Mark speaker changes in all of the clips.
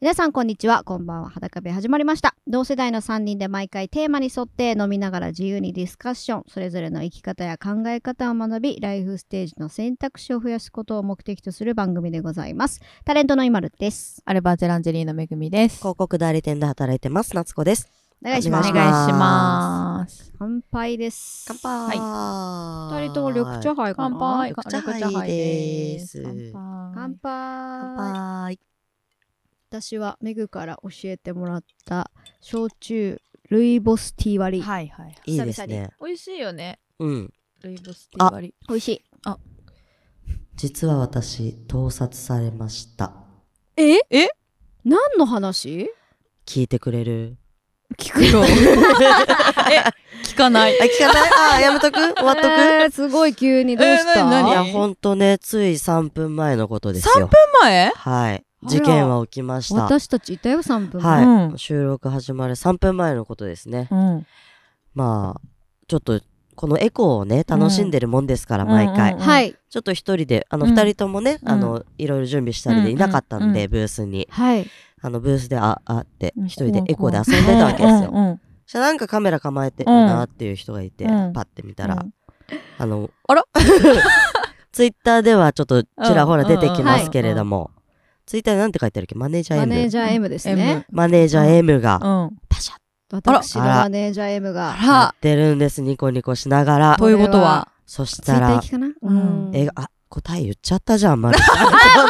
Speaker 1: 皆さんこんにちはこんばんは裸部始まりました同世代の3人で毎回テーマに沿って飲みながら自由にディスカッションそれぞれの生き方や考え方を学びライフステージの選択肢を増やすことを目的とする番組でございますタレントの今るです
Speaker 2: アルバーチェランジェリーのめぐみです。
Speaker 3: 広告代理店で働いてます夏子です
Speaker 1: お願いし
Speaker 2: お
Speaker 1: ま
Speaker 2: 願い
Speaker 1: す
Speaker 2: します。
Speaker 1: 乾杯です
Speaker 3: は
Speaker 1: 二人とも緑茶杯かな
Speaker 2: 乾杯。
Speaker 3: お茶杯です
Speaker 1: 乾
Speaker 2: 乾
Speaker 1: 杯
Speaker 2: 杯。
Speaker 3: 乾杯
Speaker 1: 私はメグから教えてもらった焼酎ルイボスティー割り、
Speaker 2: はいはい。
Speaker 3: いいですね
Speaker 2: 美味しいよね。
Speaker 3: うん
Speaker 2: ルイボスティー割り。
Speaker 1: 美味しい
Speaker 3: 実は私盗撮されました
Speaker 1: え
Speaker 2: え
Speaker 1: 何の話
Speaker 3: 聞いてくれる
Speaker 2: 聞く よ。え、聞かない。
Speaker 3: あ聞かないあーやめとく終わっとく、
Speaker 1: えーすごい急にどうした、
Speaker 2: えー何
Speaker 3: い
Speaker 2: 何
Speaker 3: やほんとねつい3分前のことですよ
Speaker 2: 前
Speaker 3: はい
Speaker 1: ら
Speaker 3: 事件は起きました
Speaker 1: 私たちいたよ3分
Speaker 3: はい、
Speaker 2: うん
Speaker 3: 収録始まる3分前のことですね
Speaker 2: うん。
Speaker 3: まあちょっとこのエコーをね楽しんでるもんですから、毎回、
Speaker 2: うん
Speaker 1: はい
Speaker 3: ちょっと一人であの
Speaker 2: うん
Speaker 3: 二人ともね、
Speaker 2: うん
Speaker 3: あのいろいろ準備したりでいなかったんで、
Speaker 2: うんうん
Speaker 3: ブースに
Speaker 1: はい
Speaker 3: あのブースでああって
Speaker 2: うん
Speaker 3: 一人でエコーで遊んでたわけですよ、
Speaker 2: うんうん
Speaker 3: そしたらなんかカメラ構えてるなっていう人がいて、
Speaker 2: うん
Speaker 3: パッて見たら、
Speaker 2: うん
Speaker 3: あの
Speaker 2: あら
Speaker 3: ツイッターではちょっとちらほら出てきますけれども、ツイッターになんて書いてあるっけマネージャー
Speaker 1: マ
Speaker 3: M マ
Speaker 1: ネー
Speaker 3: ネ
Speaker 1: ジャー M ですね、
Speaker 3: ージャー M が、
Speaker 2: うんうん。
Speaker 3: パシャッ
Speaker 1: 私の
Speaker 3: あら
Speaker 1: マネージャー M が
Speaker 2: あら、
Speaker 3: 出るんですニコニコしながら
Speaker 2: ということは。
Speaker 3: そし
Speaker 1: ツイ
Speaker 3: た
Speaker 1: ッター
Speaker 3: ら
Speaker 1: 行きかな、
Speaker 2: うん
Speaker 3: えあ答え言っちゃったじゃんマルちゃん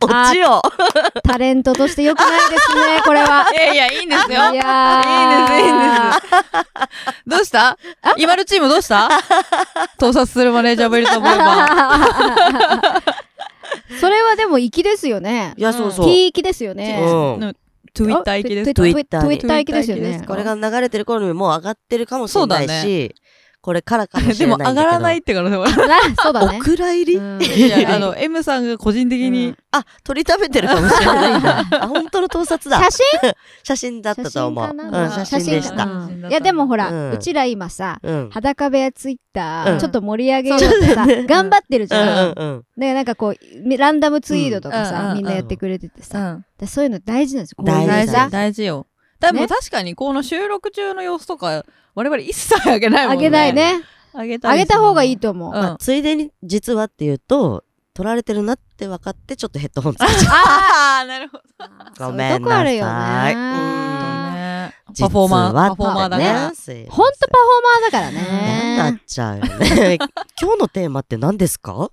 Speaker 2: 落ちよ。
Speaker 1: タレントとして良くないです ねこれは
Speaker 2: いやいや、いいんです
Speaker 1: い
Speaker 2: よ。
Speaker 1: や
Speaker 2: いいですいいです
Speaker 1: す
Speaker 2: どうした今のチームどう した盗撮するマネージャーもいると思えば。
Speaker 1: それはでも粋ですよね
Speaker 3: いやそうそう、
Speaker 1: T 粋ですよね
Speaker 3: うん
Speaker 2: ねツイッター行きで
Speaker 1: ツ
Speaker 2: すか。
Speaker 1: イ
Speaker 3: イ
Speaker 1: ッ
Speaker 3: ッ
Speaker 1: タ
Speaker 3: タ
Speaker 1: ー
Speaker 3: ー
Speaker 1: 行
Speaker 3: に
Speaker 1: きですよ
Speaker 2: ツイッター行きで
Speaker 1: ね
Speaker 2: すか
Speaker 3: これが流れてる頃にもう上がってるかもしれな
Speaker 2: そう
Speaker 3: い
Speaker 2: だ
Speaker 3: し、これからかもし
Speaker 2: で
Speaker 3: れな
Speaker 2: も
Speaker 3: いけど
Speaker 2: 上がらないってからね。俺
Speaker 1: なそうだ ね
Speaker 3: お。蔵入り、
Speaker 1: うん
Speaker 2: いやあの、M さんが個人的に、
Speaker 3: あ取り食べてるかもしれないん だあ本当の盗撮だ
Speaker 1: 写真
Speaker 3: 写真だったと思う
Speaker 1: 写真か
Speaker 3: う、
Speaker 1: なん
Speaker 3: 写真でし
Speaker 2: 写
Speaker 3: た
Speaker 2: 真
Speaker 1: うんいやでもほら、う
Speaker 3: うん
Speaker 1: ちら今さ
Speaker 3: うん
Speaker 1: 裸部屋ツイッター、
Speaker 3: うん
Speaker 1: ちょっと盛り上げようってさ、
Speaker 3: そうだね
Speaker 1: 頑張ってるじ
Speaker 3: うん
Speaker 1: ゃん。
Speaker 3: うんうん
Speaker 1: ねなんかこうランダムツイートとかさ、
Speaker 2: うん
Speaker 1: みんなやってくれててさ、
Speaker 2: ん、
Speaker 1: でそういうの大事なんですよ。こういう
Speaker 3: 大
Speaker 2: 大
Speaker 3: 事
Speaker 2: 事
Speaker 3: だ
Speaker 1: さ
Speaker 2: だ大事よでも
Speaker 1: ね
Speaker 2: 確かにこの収録中の様子とか我々一切あげないも
Speaker 1: あ
Speaker 2: んね
Speaker 1: げないね。
Speaker 2: あげた
Speaker 1: あ
Speaker 2: り
Speaker 1: げた方がいいと思う。
Speaker 2: うん
Speaker 1: あ
Speaker 3: ついでに実はっていうと撮られてるなって分かってちょっとヘッドホンつけちゃっ
Speaker 2: ああなるほど
Speaker 3: たごめ
Speaker 1: そう
Speaker 3: んなさい
Speaker 1: いうとこあるよね
Speaker 3: うん
Speaker 2: ね
Speaker 3: 実
Speaker 2: パ
Speaker 3: は
Speaker 2: フォーマーパフォーマーだ
Speaker 3: ね
Speaker 2: ね
Speaker 3: すいません
Speaker 1: ほんとパフォーマーだから
Speaker 3: なっ
Speaker 1: ね。
Speaker 3: ちゃうよね 今日のテーマって何ですか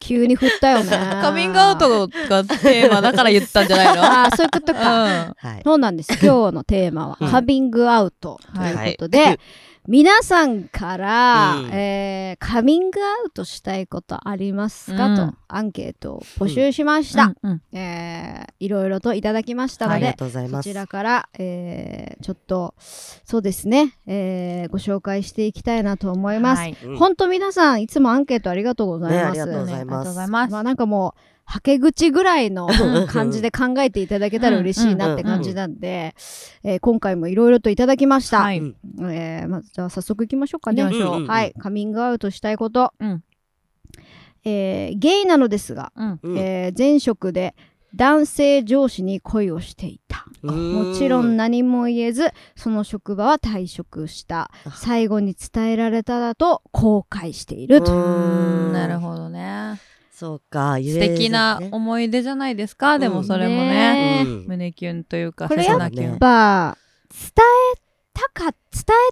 Speaker 1: 急に振ったよね。
Speaker 2: カミングアウトがテーマだから言ったんじゃないの
Speaker 1: ああ、そういうことか。
Speaker 2: うん
Speaker 3: はい
Speaker 1: そうなんです。今日のテーマは、
Speaker 3: うん
Speaker 1: カミングアウトと
Speaker 2: は
Speaker 1: い
Speaker 2: い
Speaker 1: うことで、皆さんから、
Speaker 3: うん
Speaker 1: えーカミングアウトしたいことありますか、
Speaker 2: うん
Speaker 1: とアンケートを募集しました。
Speaker 2: うんうん
Speaker 1: えーいろいろといただきました
Speaker 3: あ
Speaker 1: の
Speaker 3: り
Speaker 1: で、
Speaker 3: がとうござい
Speaker 1: そ
Speaker 3: ます
Speaker 1: ちらから、えーちょっと、そうですね、えーご紹介していきたいなと思います。
Speaker 2: はい
Speaker 3: うん
Speaker 1: 本当皆さん、いつもアンケートありがとうございます。
Speaker 3: ねありがとうございます
Speaker 1: まあなんかもう、はけ口ぐらい の
Speaker 3: うん
Speaker 1: 感じで考えていただけたら嬉しいなって感じなんで、えー今回もいろいろといただきました。
Speaker 2: はい
Speaker 3: うん
Speaker 1: えーまずじゃあ早速いきましょうかね。
Speaker 2: 行きまし
Speaker 3: ょう
Speaker 1: はい。カミングアウトしたいこと。
Speaker 2: うん
Speaker 1: えーゲイなのですが、
Speaker 2: うん
Speaker 3: うん
Speaker 1: えー前職で男性上司に恋をしていた。もちろん何も言えずその職場は退職した
Speaker 3: あ
Speaker 1: 最後に伝えられただと後悔していると、
Speaker 2: うんなる
Speaker 3: ど
Speaker 2: ほどね
Speaker 3: そうか
Speaker 2: 素敵な
Speaker 3: 言えずね
Speaker 2: 思い出じゃないですかでもそれも
Speaker 1: ね
Speaker 2: ね
Speaker 3: うん
Speaker 2: 胸キュンというか
Speaker 1: これ
Speaker 2: 切
Speaker 1: やっ
Speaker 2: なキュン
Speaker 1: やっぱ伝えたか伝え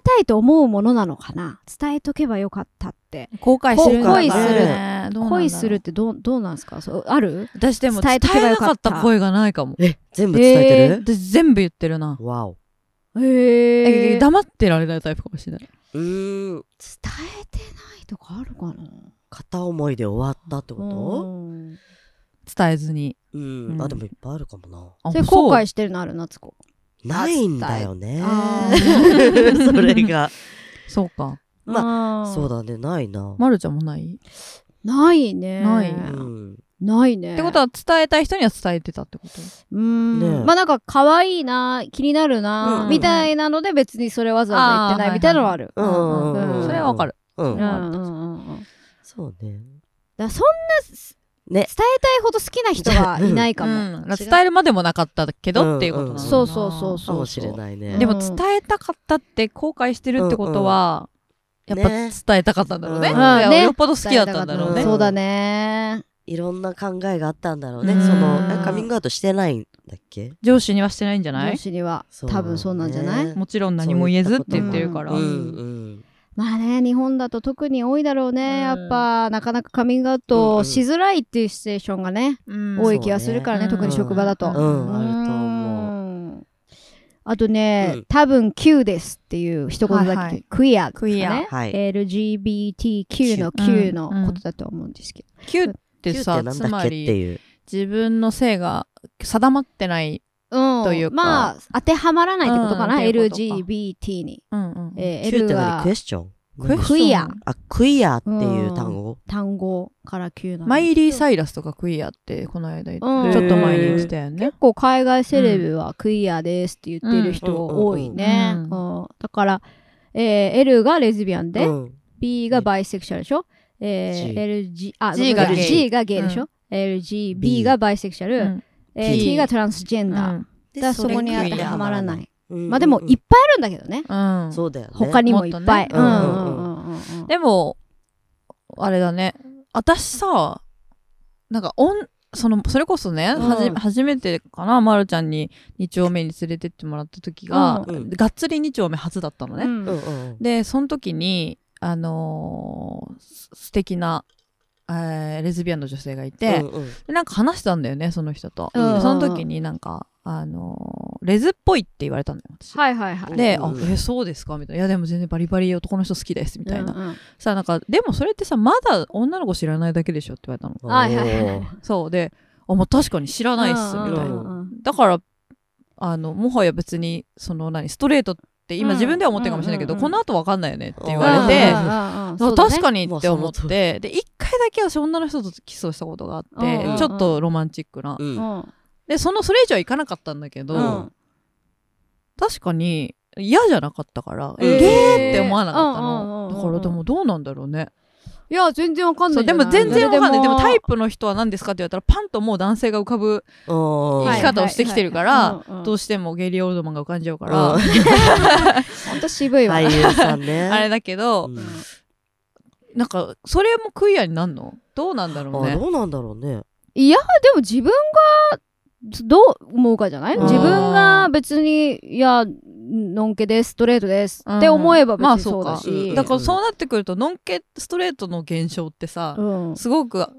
Speaker 1: たいと思うものなのかな伝えとけばよかったって
Speaker 2: 後悔してるんだ
Speaker 1: 恋する
Speaker 2: ねどうなんだろう
Speaker 1: 恋するってどうどうなんですかそうある
Speaker 2: 私でも
Speaker 1: 伝え
Speaker 2: 伝え
Speaker 1: とけばよ
Speaker 2: な
Speaker 1: か
Speaker 2: か
Speaker 1: っ
Speaker 2: ったた声がないかも
Speaker 3: え全部伝えてる
Speaker 2: 私全部言ってるな
Speaker 3: わお
Speaker 1: へ
Speaker 2: え
Speaker 1: 伝
Speaker 2: 黙ってられないタイプかもしれないう
Speaker 3: ーん
Speaker 1: えてないとかあるかな
Speaker 3: 片思いで終わったってこ
Speaker 1: うん
Speaker 2: 伝えずに
Speaker 3: とうん、
Speaker 2: うん
Speaker 3: あでもいっぱいあるかも
Speaker 2: あ
Speaker 1: それ後
Speaker 2: そう
Speaker 1: 悔してるのある夏子
Speaker 3: ないんだよね
Speaker 1: あ
Speaker 3: それが
Speaker 2: そうか
Speaker 1: ま
Speaker 3: そうだねないな、
Speaker 2: まるちゃんもないっ
Speaker 1: ないね
Speaker 2: ない
Speaker 3: うん、
Speaker 1: ないね
Speaker 2: てことは伝えたい人には伝えてたってこと
Speaker 1: うーん、
Speaker 3: ねえ
Speaker 1: まあなんか可愛いな気になるな、
Speaker 3: うん
Speaker 1: みたいなので別にそれわざわざ言ってな
Speaker 2: あ
Speaker 1: い
Speaker 2: ー
Speaker 1: みたいなのはある。
Speaker 3: うん
Speaker 1: うん
Speaker 2: それはわかる
Speaker 3: う
Speaker 1: うんんうんうんうんだか
Speaker 3: そうね
Speaker 1: らそんな伝
Speaker 3: ね
Speaker 1: えたいほど好きな人がいないかも。
Speaker 2: うんだから伝えるまでもなかったけどっていうことなのかな
Speaker 1: そうそうそうそう。
Speaker 3: かもしれないね。
Speaker 2: で
Speaker 1: う
Speaker 2: も
Speaker 1: ん
Speaker 2: 伝えたかったって後悔してるってことは、
Speaker 3: うんうん
Speaker 2: やっぱ伝えたかったんだろうね。
Speaker 3: ね
Speaker 2: だから
Speaker 1: うんね
Speaker 2: よっぽど好きだったんだろうね。
Speaker 1: そうだね。
Speaker 3: いろんな考えがあったんだろうね。
Speaker 2: うん
Speaker 3: その、えカミングアウトしてないんだっけ
Speaker 2: 上司にはしてないんじゃな
Speaker 1: 女
Speaker 2: い
Speaker 1: 子には
Speaker 3: そう
Speaker 1: 多分そうなんじゃない
Speaker 3: ね
Speaker 2: もちろん何も言えずって言ってるから。
Speaker 1: う
Speaker 3: うん
Speaker 2: うん
Speaker 3: ん
Speaker 1: まあね、日本だと特に多いだろうね。や
Speaker 2: うん
Speaker 1: っぱ、なかなかカミングアウトしづらいっていうシチュエーションがね、多い気がするからね、
Speaker 2: うん
Speaker 1: 特に職場だと。
Speaker 2: う
Speaker 3: うん、あると思う。
Speaker 1: 思う。あとね、
Speaker 3: うん
Speaker 1: 多分 Q ですっていう一言だけ、
Speaker 2: はいはい
Speaker 1: クイアですかね、
Speaker 2: クイア
Speaker 3: はい
Speaker 1: LGBTQ の Q の
Speaker 2: うん
Speaker 1: ことだと思うんですけど、
Speaker 2: Q って
Speaker 3: キュー
Speaker 2: さ
Speaker 3: って、なん
Speaker 2: つ
Speaker 3: だっ
Speaker 2: ま
Speaker 3: けって
Speaker 2: り
Speaker 3: いう。
Speaker 2: 自分の性が定まってない。
Speaker 1: うん
Speaker 2: というか
Speaker 1: まあ当てはまらないってことかな、
Speaker 2: うんっていうことか
Speaker 1: LGBT に、
Speaker 2: うんうん
Speaker 1: えー
Speaker 3: キ
Speaker 1: L
Speaker 3: ューって何
Speaker 1: が
Speaker 3: クエスチョン
Speaker 2: クエスチョン
Speaker 1: クイア
Speaker 3: あ、クイアっていう単語
Speaker 1: 単語から Q なの
Speaker 2: マイリー・サイラスとかクイアってこの間、
Speaker 1: うん
Speaker 2: ちょっと前に言ってたよね
Speaker 1: 結。構海外セレブはクイアですって言ってる人多いね、
Speaker 2: うんうん
Speaker 1: う
Speaker 2: う
Speaker 1: んだから、えー L がレズビアンで、
Speaker 3: うん
Speaker 1: B がバイセクシャルでしょ、えー LG
Speaker 3: G
Speaker 1: あ
Speaker 2: G
Speaker 1: ごめんなさい
Speaker 3: がゲイ
Speaker 1: G がゲイでしょ、LGB がバイセクシャル、
Speaker 2: うん
Speaker 1: えー
Speaker 3: T
Speaker 1: T がトランスジェン
Speaker 2: う
Speaker 1: ダー、
Speaker 2: ん
Speaker 1: だからそこに当てはまらない。
Speaker 3: うん
Speaker 1: まあでもいっぱいあるんだけどね、
Speaker 2: うん
Speaker 3: そうだよね。
Speaker 1: 他にもいっぱい、
Speaker 2: もっ
Speaker 1: うん
Speaker 2: とね
Speaker 1: うんうんうんうん
Speaker 2: でも、あれだね。私さ、なんか、おん、その、それこそね、
Speaker 1: うん
Speaker 2: はじ、初めてかな、まるちゃんに2丁目に連れてってもらった時が、
Speaker 3: うん
Speaker 2: がっつり2丁目初だったのね。
Speaker 1: うん
Speaker 3: うんうん
Speaker 2: で、その時に、あのーす素敵な、えーレズビアンの女性がいて、
Speaker 3: うんうん
Speaker 2: でなんか話したんだよね、その人と。
Speaker 1: うん
Speaker 2: でその時になんか、あのーレズっぽいって言われたんだよ、私。
Speaker 1: はいはいはい
Speaker 2: で、
Speaker 3: うんうん
Speaker 2: あ、え、そうですかみたいな。いや、でも全然バリバリ男の人好きです、みたいな。
Speaker 1: うんうん
Speaker 2: さなんかでもそれってさまだ女の子知らないだけでしょって言われたの
Speaker 1: はいはいはい
Speaker 3: おー
Speaker 2: そうであまあ確かに知らないっす
Speaker 1: うん
Speaker 2: みたい
Speaker 1: うんう
Speaker 2: なん
Speaker 1: うん
Speaker 2: だからあのもはや別にその何ストレートって
Speaker 1: うん
Speaker 2: 今自分では思ってるかもしれないけど、
Speaker 1: うんうん
Speaker 2: この後わかんないよねって言われて、
Speaker 1: うんう
Speaker 2: あ
Speaker 1: んうんうんそうだね
Speaker 2: 確かにって思っ
Speaker 3: まあその通
Speaker 2: て、で一回だけ私女の人とキスをしたことがあって、
Speaker 1: うん
Speaker 3: うん
Speaker 2: ちょっとロマンチックな、
Speaker 3: うん
Speaker 2: でそのそれ以上はいかなかったんだけど、
Speaker 1: うん
Speaker 2: 確かに嫌じゃなかったから、
Speaker 3: え
Speaker 2: え
Speaker 3: ー
Speaker 2: ゲーって思わなかったの、
Speaker 1: うんうんうんうん
Speaker 2: だからでもどうなんだろうね
Speaker 1: いや全然わかんな
Speaker 2: そう
Speaker 1: いじ
Speaker 2: で
Speaker 1: ゃな
Speaker 2: も
Speaker 1: い
Speaker 2: 全然わかんないでもタイ
Speaker 1: プ
Speaker 2: プの人は何ですかって言われたらパンともう男性が浮かぶ
Speaker 3: おー
Speaker 2: 生き方をしてきてるからどう
Speaker 1: し
Speaker 2: してもゲイリー・オールドマンが浮かんじゃうから、
Speaker 3: うん
Speaker 1: ほんと渋いわ、
Speaker 3: 俳優さん ね。
Speaker 2: あれだけど、
Speaker 3: うん
Speaker 2: なんかそれもクイアになんのどうなんだろう
Speaker 3: あ
Speaker 2: ね
Speaker 3: どうなんだろうね。
Speaker 1: いやでも自分がどう思うかじゃない
Speaker 2: うん
Speaker 1: 自分が別にいやのんけですストレートです
Speaker 2: うん
Speaker 1: って思えば別
Speaker 2: まあ
Speaker 1: に
Speaker 2: そ
Speaker 1: そう
Speaker 2: う
Speaker 1: だ
Speaker 2: か
Speaker 1: し、
Speaker 2: だからそうなってくるとノンケストレートの現象ってさ、
Speaker 1: うん
Speaker 2: すごくあ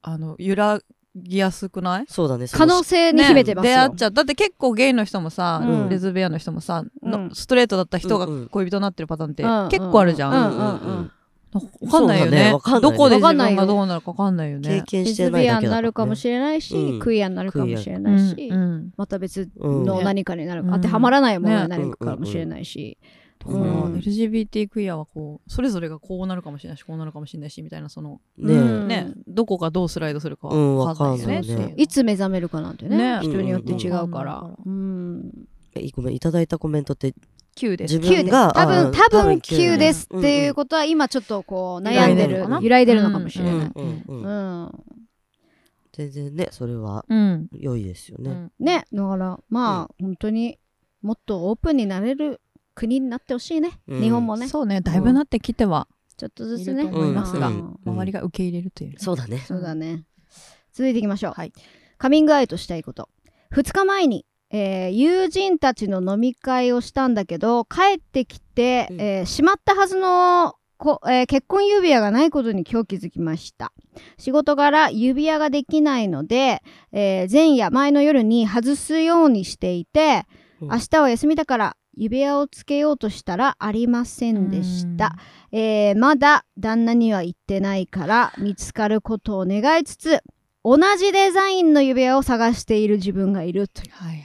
Speaker 2: あの揺らぎやすくない
Speaker 3: そうだね。そ
Speaker 1: 可
Speaker 3: の
Speaker 1: 能性に秘めてます
Speaker 2: 出会
Speaker 1: よ、
Speaker 2: っちゃうだって結構ゲイの人もさ、
Speaker 1: うん
Speaker 2: レズビアンの人もさ、
Speaker 1: う
Speaker 2: の
Speaker 1: ん
Speaker 2: ストレートだった人が
Speaker 3: うんうん
Speaker 2: 恋人になってるパターンって
Speaker 1: うん
Speaker 2: 結構あるじゃん、
Speaker 1: う
Speaker 3: う
Speaker 1: う
Speaker 3: んんうんん
Speaker 1: う
Speaker 3: うんん。
Speaker 2: わかんないよ
Speaker 3: そうだ
Speaker 2: ね
Speaker 3: ねわかんないね
Speaker 2: どこで自分がどうなるかわかんないよ
Speaker 3: 経
Speaker 2: ね。
Speaker 3: 験
Speaker 1: レ
Speaker 3: して
Speaker 1: ズ
Speaker 3: ない
Speaker 1: ビ
Speaker 3: だ
Speaker 1: アン
Speaker 3: け
Speaker 1: に
Speaker 3: だからね
Speaker 1: なるかもしれないし、
Speaker 3: うん
Speaker 1: クイアになるかもしれないし、
Speaker 2: うん
Speaker 1: また別
Speaker 3: うん
Speaker 1: の
Speaker 2: ね
Speaker 1: 何かになる、
Speaker 2: うん
Speaker 1: 当てはまらないものになるかもしれないし、
Speaker 2: だか
Speaker 1: う
Speaker 2: ら
Speaker 1: ん
Speaker 2: LGBT クイアはこうそれぞれがこうなるかもしれないしこうなるかもしれないしみたいなその、
Speaker 3: ね
Speaker 1: うん
Speaker 2: ねどこがどうスライドするか
Speaker 3: うん
Speaker 2: はわかんないよね,っていうん
Speaker 3: わか
Speaker 2: の、
Speaker 3: ないね
Speaker 1: いつ目覚めるかなんてね
Speaker 2: ね
Speaker 1: 人によって違うから。
Speaker 2: うん
Speaker 1: うん
Speaker 3: えごめんいただいたコメントって
Speaker 2: Q です
Speaker 3: 自
Speaker 1: Q
Speaker 3: 分
Speaker 1: です
Speaker 3: が
Speaker 1: 多分
Speaker 3: あ
Speaker 1: 多分
Speaker 3: 多分
Speaker 1: Q です
Speaker 3: うん
Speaker 1: っていうことは今ちょっとこう悩んで
Speaker 3: 揺らいでる
Speaker 1: る
Speaker 3: のかな
Speaker 1: 揺らいでるのかもしれ
Speaker 3: う
Speaker 1: ない
Speaker 3: ん、うんうん
Speaker 1: うん
Speaker 3: 全然ねそれは
Speaker 2: うん
Speaker 3: 良いですよ
Speaker 2: う
Speaker 3: ね。
Speaker 2: ん
Speaker 1: ねだからまあ本当にもっとオープンになれる国になってほしいね
Speaker 3: うん
Speaker 1: 日本もねち
Speaker 2: そうねだいぶなってきては
Speaker 1: ょっとずつね
Speaker 2: いると思
Speaker 3: いますが
Speaker 1: うん
Speaker 3: うん
Speaker 2: 周りが受け入れるという、
Speaker 3: そうだね。
Speaker 1: そうだね続いていきましょう
Speaker 2: はい
Speaker 1: カミングアウトしたいこと2日前にえー友人たちの飲み会をしたんだけど帰ってきて、
Speaker 3: うん
Speaker 1: えーしまったはずのこ、えー結婚指輪がないことに今日気づきました仕事柄指輪ができないので、えー前夜前の夜に外すようにしていて、
Speaker 3: うん
Speaker 1: 明日は休みだから指輪をつけようとしたらありませんでした、えーまだ旦那には言ってないから見つかることを願いつつ同じデザインの指輪を探している自分がいるという
Speaker 2: はいはい
Speaker 3: り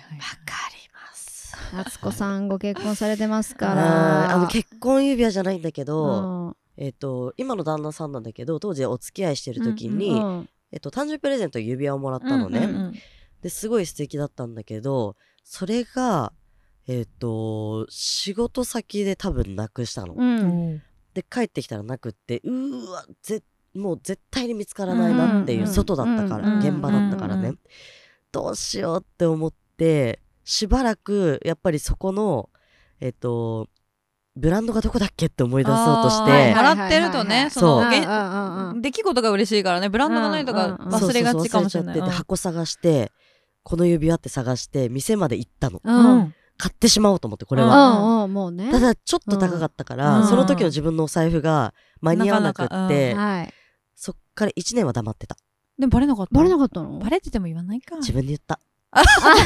Speaker 3: ます。
Speaker 1: 夏子さんご結婚されてますか
Speaker 3: あ
Speaker 1: ら
Speaker 3: ーあの結婚指輪じゃないんだけど、
Speaker 1: 構
Speaker 3: えっと今の旦那さんなんだけど当時お付き合いしてる時
Speaker 1: う
Speaker 3: に、
Speaker 1: ん
Speaker 3: えっと誕生日プレゼント指輪をもらったのね。
Speaker 2: うんうんうん
Speaker 3: ですごい素敵だったんだけどそれがえっ、と仕事先で多分なくしたの。
Speaker 1: うん
Speaker 2: うん
Speaker 3: で帰ってきたらなくってうーわ絶もう絶対に見つからないなってい
Speaker 2: うん
Speaker 3: う
Speaker 2: うん
Speaker 3: 外だったから、
Speaker 1: うん
Speaker 2: うん
Speaker 3: 現場だったからね、
Speaker 2: うんう
Speaker 3: どうしようって思ってしばらくやっぱりそこのえっとブランドがどこだっけって思い出そうとし
Speaker 2: あーはい
Speaker 3: て
Speaker 2: はい笑ってるとね
Speaker 3: そ
Speaker 2: その
Speaker 3: う
Speaker 2: げ
Speaker 1: うん
Speaker 2: 出来事が嬉しいからねブランドがないと
Speaker 1: うん
Speaker 2: か
Speaker 1: うんうん
Speaker 2: 忘れがちかもしれない
Speaker 3: そうそうそう忘れちゃってて箱探してこの指輪って探して店まで行ったの
Speaker 1: う
Speaker 2: うん
Speaker 1: んうん
Speaker 3: 買ってしまおうと思ってこれ
Speaker 1: う
Speaker 3: は、
Speaker 1: んうんもうね
Speaker 3: ただちょっと高かったから、
Speaker 2: うん
Speaker 3: その時の自分のお財布が間に合わなく
Speaker 2: な
Speaker 3: って
Speaker 2: かなか
Speaker 1: はい
Speaker 3: そっから1年は黙ってた
Speaker 2: でもバレなかった
Speaker 1: バレなかったの
Speaker 2: バレてても言わないか
Speaker 3: 自分で言った
Speaker 2: あ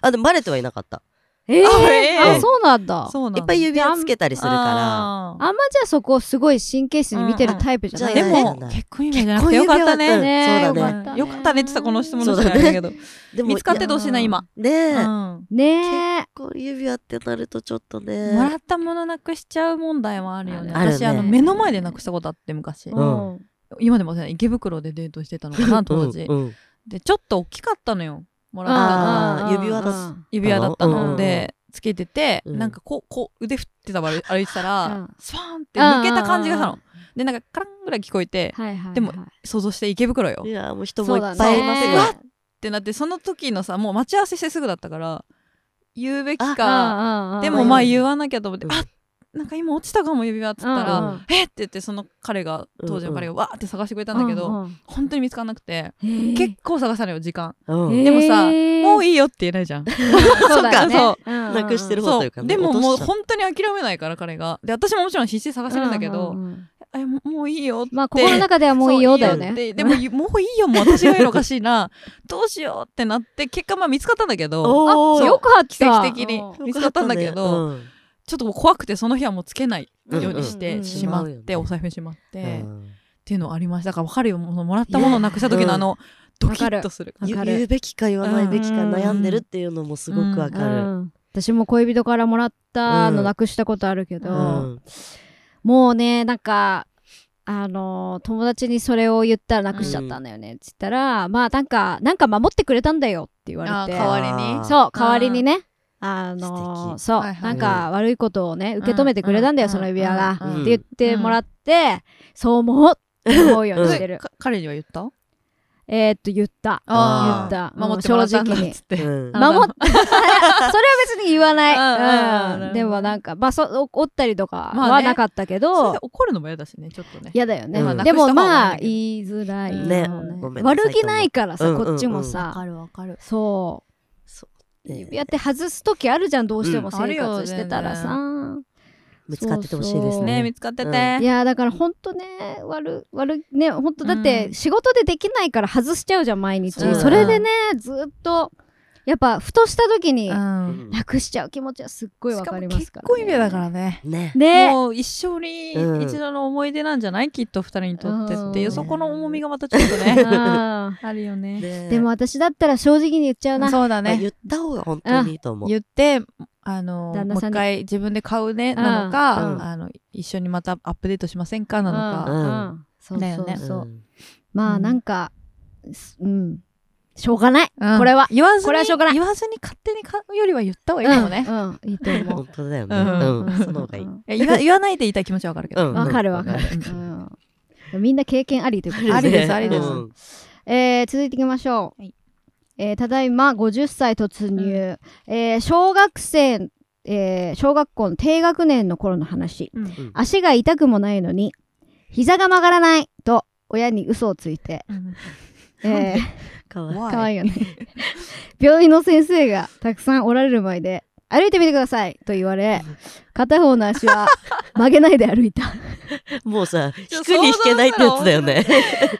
Speaker 3: あでもバレてはいなかった
Speaker 1: えー
Speaker 2: あえー
Speaker 1: あそうなんだ
Speaker 2: そうなんだ
Speaker 3: いっぱい指輪つけたりするから
Speaker 2: あー
Speaker 1: あんまじゃあそこをすごい神経質に見てるタイプじゃない
Speaker 2: で
Speaker 1: よね
Speaker 3: じゃ
Speaker 2: も
Speaker 3: ない
Speaker 2: 結婚指輪じゃなくてよかった
Speaker 3: 結婚指輪だ
Speaker 2: ね
Speaker 3: った
Speaker 1: ね
Speaker 3: そうだ
Speaker 1: よかったね
Speaker 2: よかったねって言ったこの質問の人じゃないけど
Speaker 3: でも
Speaker 2: 見つかってどうしいない今
Speaker 3: いやねえ、
Speaker 2: うん
Speaker 1: ねえ
Speaker 3: こう指輪ってなるとちょっと
Speaker 2: もら
Speaker 3: ね
Speaker 2: ったものなくしちゃう問題もあるよね
Speaker 3: あるね
Speaker 2: 私あの目の前でなくしたことあって昔
Speaker 3: ん
Speaker 1: うん
Speaker 2: 今でもね池袋でデートしてたのかな当時
Speaker 3: うんうん
Speaker 2: でちょっと大きかったのよもらったのが
Speaker 3: あー
Speaker 1: うんうんうん
Speaker 3: 指輪だし
Speaker 2: 指輪だった
Speaker 1: うんうんう
Speaker 2: の
Speaker 1: ん
Speaker 2: で、つけてて、
Speaker 3: うん
Speaker 2: なんかこうこう腕振ってた歩い歩いてたら、
Speaker 1: うん
Speaker 2: スワーンって抜けた感じがしたの、
Speaker 1: うん
Speaker 2: でなんかカランぐらい聞こえて、
Speaker 1: はいはいはい
Speaker 2: でも想像して池袋よっ
Speaker 3: いやもう人も
Speaker 1: そ
Speaker 3: いうっ
Speaker 1: だね
Speaker 3: ぱいいますよ
Speaker 2: うわてなってその時のさもう待ち合わせしてすぐだったから言うべきか
Speaker 1: か
Speaker 2: でもまあ
Speaker 3: う
Speaker 2: 言わなきゃと思って、
Speaker 3: うん
Speaker 2: あなんか今落ちたかも指輪っつったら、
Speaker 1: うんうん
Speaker 2: えっって言ってその彼が当時の彼がわーって探してくれたんだけど、本当に見つからなくて、結構探したのよ時間、
Speaker 3: うん
Speaker 2: でもさもう
Speaker 1: い
Speaker 2: いいよって言えないじゃん
Speaker 1: そうだよね
Speaker 2: そう
Speaker 1: うんうんうん
Speaker 3: なくしてる方と
Speaker 2: そ
Speaker 3: いうか
Speaker 2: う
Speaker 3: ね
Speaker 2: でも
Speaker 3: 落としちゃ
Speaker 2: もう
Speaker 3: った
Speaker 2: 本当に諦めないから彼がで私ももちろん必死で探してるんだけど、
Speaker 1: うんうんうん
Speaker 2: えもうもういいよって
Speaker 1: まあ心の中ではもういいよだよ
Speaker 2: そう
Speaker 1: ね
Speaker 2: いいってでもゆもういいよもう私が言うのおかしいなどうしようってなって結果まあ見つかったんだけど
Speaker 3: おー
Speaker 1: あよかった
Speaker 2: 奇跡的に
Speaker 1: うん
Speaker 2: 見つかったんだけど、
Speaker 3: うん
Speaker 2: ちょっともう怖くてその日はもうつけないように
Speaker 1: うんうんう
Speaker 2: して
Speaker 1: ん
Speaker 2: しまっ
Speaker 3: しまう
Speaker 2: て
Speaker 3: よね
Speaker 2: お財布にしまって、っ
Speaker 3: うん
Speaker 2: ていうのはありましただから分かるよもうもらったものをなくした時のあのドキッとする
Speaker 1: わかる
Speaker 3: 言う言うべきか言わないべきか
Speaker 1: うん
Speaker 3: 悩んでるっていうのもすごくわか
Speaker 1: う
Speaker 3: る
Speaker 1: ん私も恋人からもらったの
Speaker 3: うん
Speaker 1: なくしたことあるけど、
Speaker 3: うん
Speaker 1: もうねなんかあの友達にそれを言ったらなくしちゃったんだよねって言ったら、まあなんかなんか守ってくれたんだよって言われて
Speaker 2: あー代わりに
Speaker 3: あー
Speaker 1: そう代わりにねあの
Speaker 3: 素敵
Speaker 1: そう、
Speaker 2: はいはい
Speaker 1: なんか悪いことをね受け止めてくれたんだよ、
Speaker 2: う
Speaker 1: その指輪が、
Speaker 2: うんうん
Speaker 1: って言ってもらって、そう思うって思うようにして
Speaker 2: で
Speaker 1: る
Speaker 2: か彼には言った
Speaker 1: えーっと言った
Speaker 3: あー
Speaker 1: 言った
Speaker 2: 守ってもらったん
Speaker 1: もう
Speaker 2: だ
Speaker 1: 正直に
Speaker 2: っつって、
Speaker 3: うん
Speaker 2: あなた
Speaker 1: 守っ それは別に言わ
Speaker 2: うん
Speaker 1: な
Speaker 2: うん
Speaker 1: い、
Speaker 2: う
Speaker 1: うんん、でもなんかまあそおったりとか
Speaker 2: まあ
Speaker 1: は
Speaker 2: ね
Speaker 1: なかったけど、
Speaker 2: それで怒るのも嫌だしねちょっとね
Speaker 1: 嫌だよね、
Speaker 3: まあなく
Speaker 1: で
Speaker 2: した
Speaker 1: も
Speaker 2: 方が
Speaker 1: ま
Speaker 2: い
Speaker 1: あ
Speaker 2: いんだけど
Speaker 1: 言いづらいよ
Speaker 3: ねごめんなさいと思う
Speaker 1: 悪気ないからさ、
Speaker 3: うんうんうん
Speaker 1: こっちもさ、
Speaker 2: るわかる
Speaker 1: そ
Speaker 3: そう
Speaker 1: う
Speaker 3: ね
Speaker 1: 指輪って外す時あるじゃんどうしても
Speaker 2: うんある
Speaker 1: 生
Speaker 2: よ
Speaker 1: 活してたらさ、
Speaker 3: 見つかっててほしいです
Speaker 2: ね
Speaker 3: ね
Speaker 2: 見つかってて、
Speaker 3: う
Speaker 1: いやだからほんとね悪悪ねほんとだっ
Speaker 2: う
Speaker 1: て
Speaker 2: ん
Speaker 1: 仕事でできないから外しちゃうじゃん毎日、
Speaker 2: そう
Speaker 1: それでねずっとやっぱふとした時に
Speaker 2: う
Speaker 1: な、
Speaker 2: ん、
Speaker 1: くしちゃう気持ちはすっごいわかります
Speaker 2: 結
Speaker 1: から、ね、
Speaker 2: 婚指輪だからね
Speaker 3: ね
Speaker 1: ね
Speaker 2: もう一生に
Speaker 3: うん
Speaker 2: 一度の思い出なんじゃない、きっと二人にとってっていううんそこの重みがまたちょっとね
Speaker 1: うん
Speaker 2: あるよね
Speaker 3: ね
Speaker 1: でも私だったら正直に言っちゃうな。
Speaker 2: そうだ
Speaker 3: あ
Speaker 2: ね
Speaker 3: 言った方が本当にいいと思う
Speaker 2: 言ってあの
Speaker 1: 旦
Speaker 2: も
Speaker 1: 那
Speaker 2: う
Speaker 1: さんに
Speaker 2: 一回自分で買うねなのか、
Speaker 1: うん
Speaker 2: あの一緒にまたアップデートしませんかなのか、
Speaker 1: うんうんそう
Speaker 2: だ
Speaker 1: そ
Speaker 2: よね
Speaker 1: うそう。
Speaker 3: ん
Speaker 1: ま
Speaker 2: う
Speaker 1: あ
Speaker 2: ん
Speaker 1: なんか、すうん、しょうがない。
Speaker 2: うん
Speaker 1: これは
Speaker 2: 言わずに
Speaker 1: これはしょうがない
Speaker 2: 言わずに勝手に買うよりは言った方がいいかもね、
Speaker 1: うんうんいいと思う。
Speaker 3: 本当だよね
Speaker 2: う
Speaker 3: うんん
Speaker 1: うん
Speaker 3: その方がいい
Speaker 2: いや言わ言わないで言いたい気持ちはわかるけど、
Speaker 3: うん
Speaker 1: わかるわかる。うんみんな経験ありということ
Speaker 2: ありですありで
Speaker 1: う
Speaker 2: す
Speaker 1: ん
Speaker 3: うん
Speaker 1: えー続いていきましょう。
Speaker 2: はい
Speaker 1: えーただいま50歳突入。えー小学生、えー小学校の低学年の頃の話。
Speaker 2: うん
Speaker 1: 足が痛くもないのに、膝が曲がらないと親に嘘をついて、えー
Speaker 3: かわいい
Speaker 2: 怖
Speaker 1: かわいいよね病院の先生がたくさんおられる前で歩いてみてくださいと言われ片方の足は曲げないで歩いた
Speaker 3: もうさ
Speaker 2: ちょ
Speaker 3: 引くに引けないってやつだよね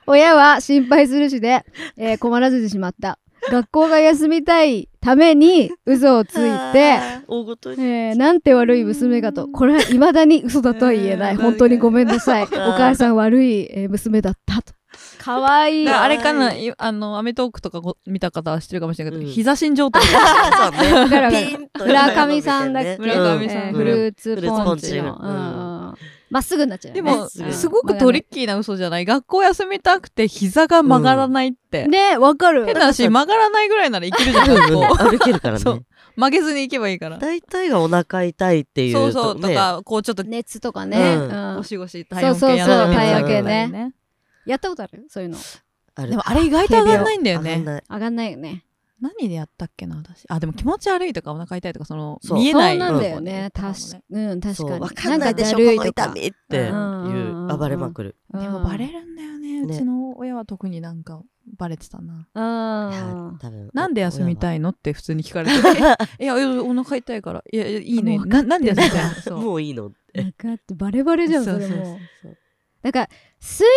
Speaker 1: 親は心配するしで、えー困らせてしまった学校が休みたいために嘘をついて、
Speaker 3: 大ごとに
Speaker 1: えーなんて悪い娘かとこれは未だに嘘だとは言えない
Speaker 2: うん
Speaker 1: 本当にごめんな さいお母さん悪いえー娘だったとかわいい
Speaker 2: だからあれ
Speaker 1: わ
Speaker 2: かな、いあの、アメトークとかご見た方は知ってるかもしれないけど、
Speaker 3: うん
Speaker 2: 膝新状態。
Speaker 3: そうね
Speaker 1: かるわかる
Speaker 3: ピンと
Speaker 1: 村上さんだっけ
Speaker 2: 村上さん
Speaker 1: えー
Speaker 2: うん
Speaker 1: フルーツ
Speaker 3: フルーツ
Speaker 1: ポ
Speaker 3: ポ
Speaker 1: ン
Speaker 3: ン
Speaker 1: チ
Speaker 3: チ
Speaker 1: の
Speaker 3: の
Speaker 1: うんうんまっすぐになっちゃう
Speaker 2: で
Speaker 1: よね
Speaker 2: も、
Speaker 3: うん
Speaker 2: すごくトリッキーな嘘じゃない学校休みたくて膝が曲がらないって。
Speaker 1: ねわかる
Speaker 2: 変な話、曲がらないぐらいならいけるじゃん、学校。
Speaker 3: 歩けるから
Speaker 2: そ
Speaker 3: ね
Speaker 2: う曲げずに行けばいいから。
Speaker 3: 大体がお腹痛いっていう
Speaker 2: そうそう、と
Speaker 3: ね
Speaker 2: か、こうちょっと、
Speaker 1: 熱とかね、
Speaker 3: うん
Speaker 1: うん
Speaker 2: ゴシゴシ体温計やら
Speaker 3: そうそう
Speaker 2: なきゃいけない
Speaker 3: 体温計
Speaker 1: ね
Speaker 2: ね。
Speaker 1: やったことあるそういうの。
Speaker 3: ある
Speaker 2: でもあれ意外と上がんないんだよ
Speaker 3: 上が
Speaker 2: ね。
Speaker 3: んない
Speaker 1: 上がんないよね。
Speaker 2: 何でやったっけな、私。あ、でも気持ち悪いとかお腹痛いとか、その、
Speaker 3: そう
Speaker 2: 見え
Speaker 1: そう
Speaker 2: ない
Speaker 1: なんだよ
Speaker 2: 方で言
Speaker 1: ね
Speaker 2: っ。たかも
Speaker 1: 確かうん、確
Speaker 3: そう
Speaker 1: かに。
Speaker 3: わかんないでしょ
Speaker 1: んか
Speaker 3: こ
Speaker 1: だるい
Speaker 3: の
Speaker 1: とか
Speaker 3: 痛みっていう
Speaker 1: うんうんうん
Speaker 3: 暴れまくる
Speaker 1: うん
Speaker 2: でもバレるんだよね。う
Speaker 3: ね
Speaker 2: ちの親は特になんかバレてたな。
Speaker 1: うん
Speaker 3: いや。多分
Speaker 2: なんで休み
Speaker 3: い
Speaker 2: たいのって普通に聞かれて。えいや、お腹痛いから。いや、いやいいね。
Speaker 1: もう
Speaker 2: ななんで休みたいのそう
Speaker 3: もういいのって
Speaker 1: なんかってバレバレじゃん、
Speaker 2: そ
Speaker 1: そうれ
Speaker 2: そう
Speaker 1: も。
Speaker 2: そうそう
Speaker 1: なんか、水泳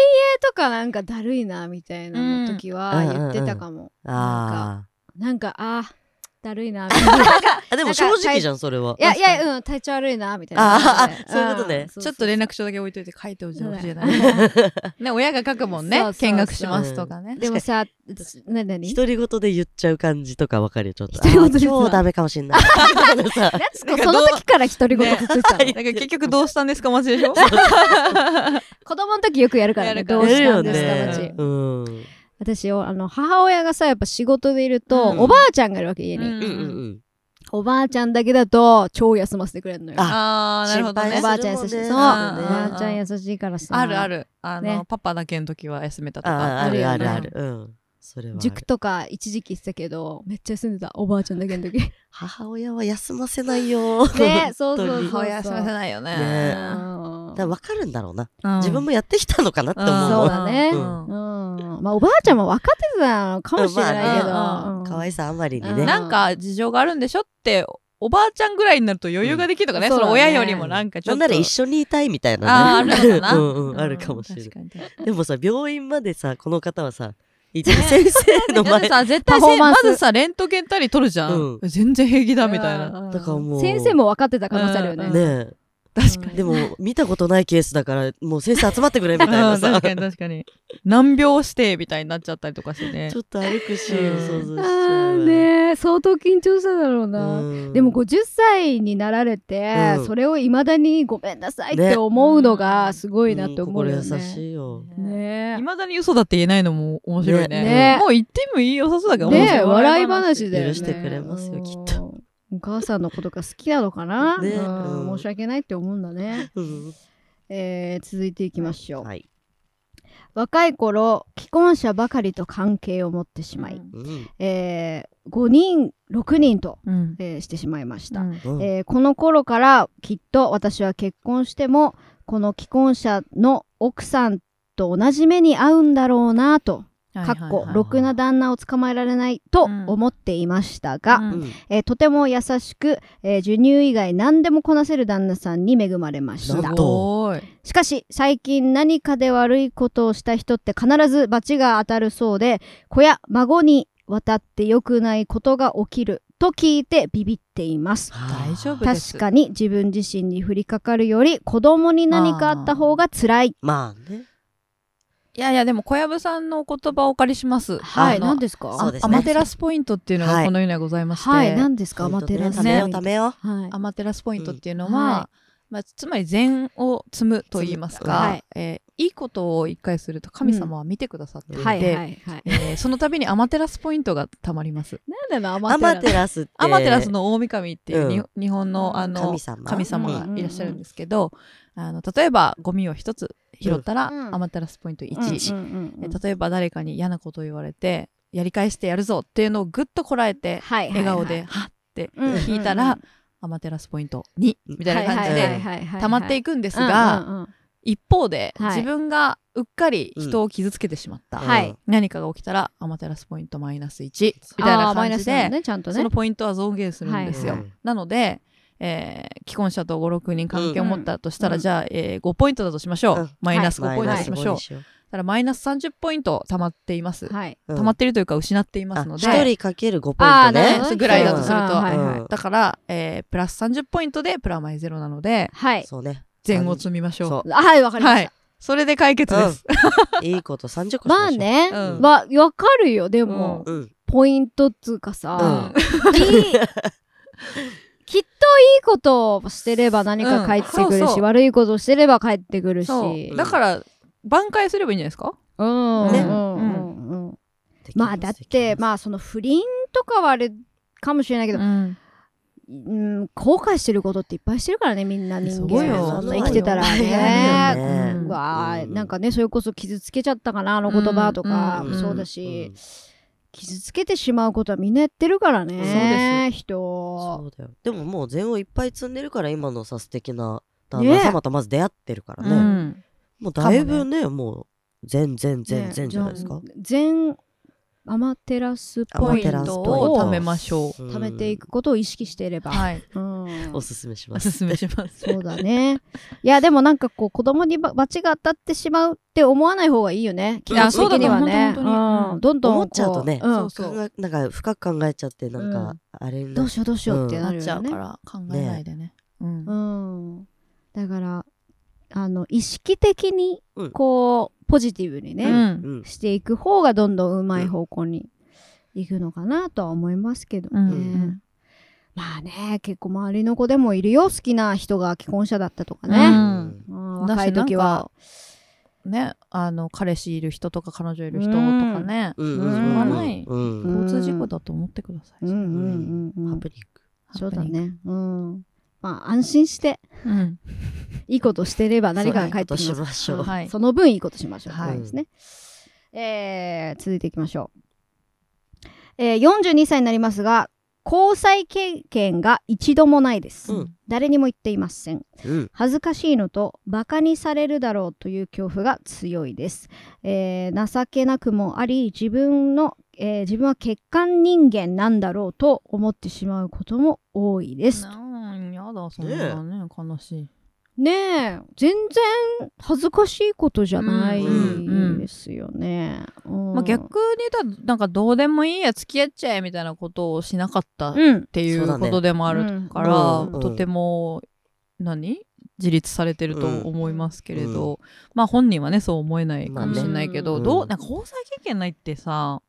Speaker 1: とかなんかだるいな、みたいなの時は
Speaker 3: うん
Speaker 1: 言ってたかも。
Speaker 3: あ
Speaker 1: なんか、あーだるいな、みたい な。い
Speaker 3: ーあでも正直じゃんそれはい
Speaker 1: やいや、うん、体調悪いな、みたいな。
Speaker 3: あーあそういうことね
Speaker 2: ちょっと連
Speaker 1: 絡
Speaker 2: 絡帳だけ置いといて書いておいてほしいじゃな
Speaker 1: う
Speaker 2: い
Speaker 1: ん
Speaker 2: ね、親が書くもんね
Speaker 1: そうそう。そう
Speaker 2: 見学しますとかね。
Speaker 1: でもさ、なになに
Speaker 3: 独り言で言っちゃう感じとかわかるよちょっと
Speaker 1: 独り言です
Speaker 3: あー今日ダメかもしんないあのさ
Speaker 1: その時から独り言ずっと言 って たの
Speaker 2: だから結局どうしたんですかマジでしょ
Speaker 1: 子供の時よくやるから
Speaker 2: や
Speaker 1: ね。
Speaker 2: るから
Speaker 1: ど
Speaker 2: ね
Speaker 1: う
Speaker 3: やる
Speaker 1: した
Speaker 3: よ
Speaker 1: んですか、マ
Speaker 2: や
Speaker 1: ジ
Speaker 3: ね。うん
Speaker 1: 私をあの母親がさやっぱ仕事でいると、
Speaker 2: うん
Speaker 1: おばあちゃんがいるわけ家に、
Speaker 3: うんうんうん
Speaker 1: おばあちゃんだけだと超休ませてくれるのよ
Speaker 2: あ
Speaker 3: あ
Speaker 2: ー、なるほど
Speaker 3: 心配
Speaker 1: お
Speaker 2: ね
Speaker 3: する。
Speaker 1: ばあちゃん優しい、
Speaker 3: そうね
Speaker 1: そうお
Speaker 2: あー
Speaker 1: ばあちゃん優しいからさ
Speaker 2: あるある。あの、
Speaker 1: ね
Speaker 2: パパだけの時は休めたとか。
Speaker 3: あーあ
Speaker 1: ある
Speaker 3: る
Speaker 1: よ
Speaker 3: あ
Speaker 1: ね
Speaker 3: るあるうんそれはある
Speaker 1: 塾とか一時期行ってたけどめっちゃ休んでたおばあちゃんだけの時
Speaker 3: 母親は休ませないよ
Speaker 1: ねそうそう
Speaker 3: 本当に
Speaker 1: そ
Speaker 2: 母親休ませないよね。
Speaker 1: う
Speaker 3: ね
Speaker 1: ん
Speaker 3: だからわかるんだろうな
Speaker 2: うん
Speaker 3: 自分もやってきたのかなって
Speaker 1: ん
Speaker 3: 思
Speaker 1: そうう
Speaker 3: わ
Speaker 1: だね
Speaker 2: うん
Speaker 1: うんまあおばあちゃんも分かってたのかもしれないけど、
Speaker 2: まあね
Speaker 1: うん
Speaker 3: 可愛さあまりに
Speaker 1: うん
Speaker 3: ね
Speaker 2: なんか事情があるんでしょって、おばあちゃんぐらいになると余裕ができるとかね。
Speaker 1: うん
Speaker 2: その
Speaker 1: そうだね
Speaker 2: 親よりもなんかちょ
Speaker 3: な
Speaker 2: っと。
Speaker 3: んなら一緒にいたいみたい
Speaker 2: あ
Speaker 3: なね
Speaker 2: ーあるのかな
Speaker 3: うんうんあるかもしれない
Speaker 2: 確かに確か
Speaker 3: でもさ病院までさこの方はさ行って先生の
Speaker 2: にだって
Speaker 3: 前
Speaker 2: さ、絶対
Speaker 1: パフォー
Speaker 2: せ、
Speaker 1: マン
Speaker 2: ま
Speaker 1: ス
Speaker 2: ずさ、レントゲンたり取るじゃん。全然平気だみたいな。
Speaker 1: うん
Speaker 3: だからもう
Speaker 1: 先生も分かってた可能性あるよね、
Speaker 2: うん
Speaker 3: ね
Speaker 2: 確か
Speaker 3: え
Speaker 2: に。
Speaker 3: でも見たことないケースだからもう先生集まってくれみたいな
Speaker 2: うん
Speaker 3: さ
Speaker 2: 確
Speaker 3: ち
Speaker 2: かに確かに。難病指定みたいになっちゃったりとかしてね。
Speaker 3: ょっと歩くシーンを想像しちゃ
Speaker 1: あ
Speaker 3: う
Speaker 1: ー
Speaker 3: わ
Speaker 1: ねえ相当緊張しただろうな、
Speaker 3: うん
Speaker 1: でも50歳になられて、
Speaker 3: うん
Speaker 1: それをいまだにごめんなさいっ
Speaker 3: ね
Speaker 1: て思うのがすごいなって
Speaker 3: うん
Speaker 1: 思うよね、ね
Speaker 3: 心優しいよ
Speaker 1: ね
Speaker 2: いまだに嘘だって言えないのも面白いね。
Speaker 1: ねね
Speaker 2: もう言ってもいい良さそうだから
Speaker 1: え
Speaker 2: 面白い、
Speaker 1: ねえ笑い話だよね
Speaker 3: 許してくれますよきっ
Speaker 1: とお母さんのことが好きなのかな、
Speaker 3: ねえ
Speaker 1: うん
Speaker 3: うん
Speaker 1: 申し訳ないって思うんだね、
Speaker 3: うん
Speaker 1: えー続いていきましょう、
Speaker 3: はい
Speaker 1: 若い頃既婚者ばかりと関係を持ってしまい、
Speaker 3: うん
Speaker 1: えー5人6人と、
Speaker 2: うん。
Speaker 1: えーしてしまいました、
Speaker 3: うん
Speaker 1: えーこの頃からきっと私は結婚してもこの既婚者の奥さんと同じ目に遭うんだろうなと、かっころくな旦那を捕まえられないと
Speaker 2: うん
Speaker 1: 思っていましたが、
Speaker 2: うん
Speaker 3: うん
Speaker 1: えーとても優しく、えー授乳以外何でもこなせる旦那さんに恵まれまし
Speaker 3: な
Speaker 1: た
Speaker 3: ん
Speaker 2: す
Speaker 3: と
Speaker 2: ごい。
Speaker 1: しかし最近何かで悪いことをした人って必ず罰が当たるそうで子や孫に渡って良くないことが起きると聞いてビビっています
Speaker 2: 大丈夫です
Speaker 1: 確かに自分自身に降りかかるより子供に何かあった方が辛い。
Speaker 3: まあね
Speaker 2: いやいや、でも小籔さんのお言葉をお借りします。
Speaker 1: はい、
Speaker 2: あの
Speaker 1: 何ですか
Speaker 3: そうです
Speaker 2: ア
Speaker 3: ね
Speaker 2: マテラスポイントっていうのが
Speaker 3: はい
Speaker 2: この世にはございまして、
Speaker 1: はい、何ですかア
Speaker 3: 本
Speaker 1: マ
Speaker 3: 当
Speaker 1: テラ
Speaker 3: ね
Speaker 1: ス
Speaker 3: ためよう
Speaker 1: ね
Speaker 3: ためよう
Speaker 1: はい
Speaker 2: アマテラスポイントっていうのは、
Speaker 1: うんは
Speaker 2: まあ、つまり善を積むと言いますか、
Speaker 1: はい
Speaker 2: いえーいいことを一回すると神様は見てくださっていて、
Speaker 1: はいはいはい。
Speaker 2: えーその度にアマテラスポイントがたまります。
Speaker 1: なんでのア
Speaker 3: アマテラスって
Speaker 2: アマテラスの大神っていうに、日本のあの
Speaker 3: 神様
Speaker 2: 神様がいらっしゃるんですけど、あの例えばゴミを一つ拾ったら、
Speaker 1: うん
Speaker 2: アマテラスポイント
Speaker 1: う
Speaker 2: 1、
Speaker 1: んうんうんう
Speaker 2: え
Speaker 1: ん
Speaker 2: 例えば誰かに嫌なことを言われてやり返してやるぞっていうのをぐっとこらえて
Speaker 1: はいはいはい
Speaker 2: 笑顔ではっって
Speaker 1: うんうんうん
Speaker 2: 引いたら、アマテラスポイント2みたいな感じ
Speaker 3: はいはい
Speaker 2: で
Speaker 1: はいはい
Speaker 2: 溜まっていくんですが、
Speaker 1: うんうんうん
Speaker 2: 一方で、
Speaker 1: はい
Speaker 2: 自分がうっかり人を傷つけてしまった、
Speaker 1: うんはい
Speaker 2: 何かが起きたらアマテラスポイントマイナス1みたい
Speaker 1: あ
Speaker 2: な
Speaker 1: ーマイ
Speaker 2: 感
Speaker 1: ナ
Speaker 2: じ
Speaker 1: ス
Speaker 2: で、
Speaker 1: なのね、ちゃんとね。
Speaker 2: そのポイントは増減するんですよ。
Speaker 3: はいはい
Speaker 2: なので、えー既婚者と5、6人関係を持ったとしたら、
Speaker 1: うん
Speaker 2: じゃあ、えー5ポイントだとしましょう。
Speaker 3: うん
Speaker 2: マイナス
Speaker 3: マ
Speaker 2: 5
Speaker 3: イ
Speaker 2: ポイント
Speaker 3: ナ
Speaker 2: と
Speaker 3: ス
Speaker 2: しま
Speaker 3: 5
Speaker 2: しょう。
Speaker 3: にしよう
Speaker 2: ただ、マイナス30ポイント溜まっています。
Speaker 1: はい。
Speaker 3: うん
Speaker 2: 溜まっているというか、失っていますので。
Speaker 3: 1人かける5ポイン
Speaker 1: あ
Speaker 3: ト
Speaker 1: ーなる
Speaker 3: ね
Speaker 1: ほどね
Speaker 2: ぐらいだとすると
Speaker 1: あーはいはい
Speaker 3: うん
Speaker 2: だから、えープラス30ポイントでプラマイゼロなので、
Speaker 1: はい。
Speaker 3: そうね
Speaker 2: 全を積みましょ。
Speaker 3: そう
Speaker 1: あはい、わかりま
Speaker 2: は
Speaker 1: し
Speaker 2: い
Speaker 1: た。。
Speaker 2: それで解決です。
Speaker 3: いいこと30個しましょう
Speaker 1: まあね、
Speaker 2: うん
Speaker 1: まあ、わかるよ、でも、
Speaker 3: うん
Speaker 1: ポイントっつうか
Speaker 2: う
Speaker 1: さ、
Speaker 2: ん
Speaker 1: いいきっといいことをしてれば何か返ってくるし、
Speaker 2: うんそうそう
Speaker 1: 悪いことをしてれば返ってくるし。
Speaker 2: そう。
Speaker 1: う
Speaker 2: だから、挽回すればいいんじゃないですか
Speaker 1: ん、
Speaker 2: ね
Speaker 1: うんうんうんまあだって、まあその不倫とかはあれかもしれないけど、
Speaker 2: ん。
Speaker 1: うん、後悔してることっていっぱいしてるからねみんな人
Speaker 2: す
Speaker 1: 間
Speaker 2: ごいよ
Speaker 1: そんな生きてたら
Speaker 3: いっぱいあるよ
Speaker 1: ね
Speaker 3: ね
Speaker 1: うわー
Speaker 3: うん
Speaker 1: なんかねそれこそ傷つけちゃったかなあの言葉とか
Speaker 2: うん
Speaker 1: も
Speaker 3: うん
Speaker 1: そうだ
Speaker 3: う
Speaker 1: し
Speaker 3: ん
Speaker 1: 傷つけてしまうことはみんなやってるからね人
Speaker 3: そうだよでももう善をいっぱい積んでるから今のさ素敵な旦
Speaker 1: ね
Speaker 3: 那様とまず出会ってるからね、
Speaker 2: うん
Speaker 3: もうだいぶねもう全然全然じゃないですか、
Speaker 1: 全アマテラスポ
Speaker 3: アマ
Speaker 1: イン
Speaker 3: テラス
Speaker 1: ト
Speaker 3: ポイン
Speaker 1: を
Speaker 3: ト
Speaker 2: 貯めましょう
Speaker 3: うん
Speaker 1: 貯めていくことを意識していれば、
Speaker 2: はい
Speaker 1: うん
Speaker 3: おすすめし
Speaker 2: お
Speaker 3: ます
Speaker 2: すめします
Speaker 1: そうだね。いや、でもなんかこう、子供にば罰が当たってしまうって思わない方がいいよね。気
Speaker 3: いや
Speaker 1: 持ち的にはね。
Speaker 2: そうだと思う本当に本当に
Speaker 1: うんどんどんこ。
Speaker 3: 思っちゃうとね
Speaker 1: ん
Speaker 2: そう そう
Speaker 3: 考えなんか深く考えちゃってなん
Speaker 1: う
Speaker 3: かあれに
Speaker 1: ど
Speaker 3: なっ
Speaker 1: うしようどうしようって
Speaker 3: ん
Speaker 1: な
Speaker 2: なっ
Speaker 1: る
Speaker 2: ちゃ
Speaker 1: よ
Speaker 2: う
Speaker 1: ね
Speaker 2: か。ら考えないでねうん
Speaker 1: うん。だから、あの、意識的に
Speaker 3: うん、
Speaker 1: こう、ポジティブに
Speaker 2: う
Speaker 1: ね、
Speaker 2: ん
Speaker 3: うん
Speaker 1: していく方がどんどんうまい方向に行くのかなとは思いますけど
Speaker 2: う
Speaker 1: ね
Speaker 2: ん。
Speaker 1: まあね、結構周りの子でもいるよ。好きな人が既婚者だったとか
Speaker 2: う
Speaker 1: ね。
Speaker 2: ん
Speaker 1: うん
Speaker 2: だし
Speaker 1: 若い時は。
Speaker 2: ねあの彼氏いる人とか彼女いる人とかね
Speaker 3: うん
Speaker 1: う
Speaker 3: うんん
Speaker 1: しょうが
Speaker 2: ない
Speaker 3: うん
Speaker 1: うん
Speaker 2: 交通事故だと思ってくださ
Speaker 1: う
Speaker 2: い
Speaker 1: んうんうんうん
Speaker 3: ハプニング
Speaker 1: そうだね。うん。まあ、安心して、
Speaker 2: うん
Speaker 1: いいことしてれば何かが
Speaker 3: そう
Speaker 1: 返
Speaker 3: い
Speaker 1: っ
Speaker 3: うこ
Speaker 1: て
Speaker 3: と
Speaker 1: き
Speaker 3: し
Speaker 1: ます。
Speaker 3: ましょう、
Speaker 2: はい
Speaker 1: その分いいことしましょう。
Speaker 2: はい
Speaker 1: そうですね。えー続いていきましょう。えー42歳になりますが、交際経験が一度もないです。
Speaker 3: うん
Speaker 1: 誰にも言っていません。
Speaker 3: うん
Speaker 1: 恥ずかしいのとバカにされるだろうという恐怖が強いです、えー情けなくもあり自分の、えー自分は欠陥人間なんだろうと思ってしまうことも多いです
Speaker 2: なんやだそんなね悲しい
Speaker 1: ねえ全然恥ずかしいことじゃない
Speaker 2: うんうん
Speaker 1: ですよね、うん
Speaker 2: まあ逆に言ったらなんかどうでもいいや付き合っちゃえみたいなことをしなかったっ
Speaker 1: うん
Speaker 2: てい
Speaker 3: そう
Speaker 2: う
Speaker 3: だね
Speaker 2: ことでもあるから、
Speaker 3: うんうん
Speaker 2: とても何自立されてると思いますけれど、まあ本人はねそう思えないかもしれないけど、
Speaker 3: まあね
Speaker 2: ど
Speaker 3: う
Speaker 2: うんなんか交際経験ないってさ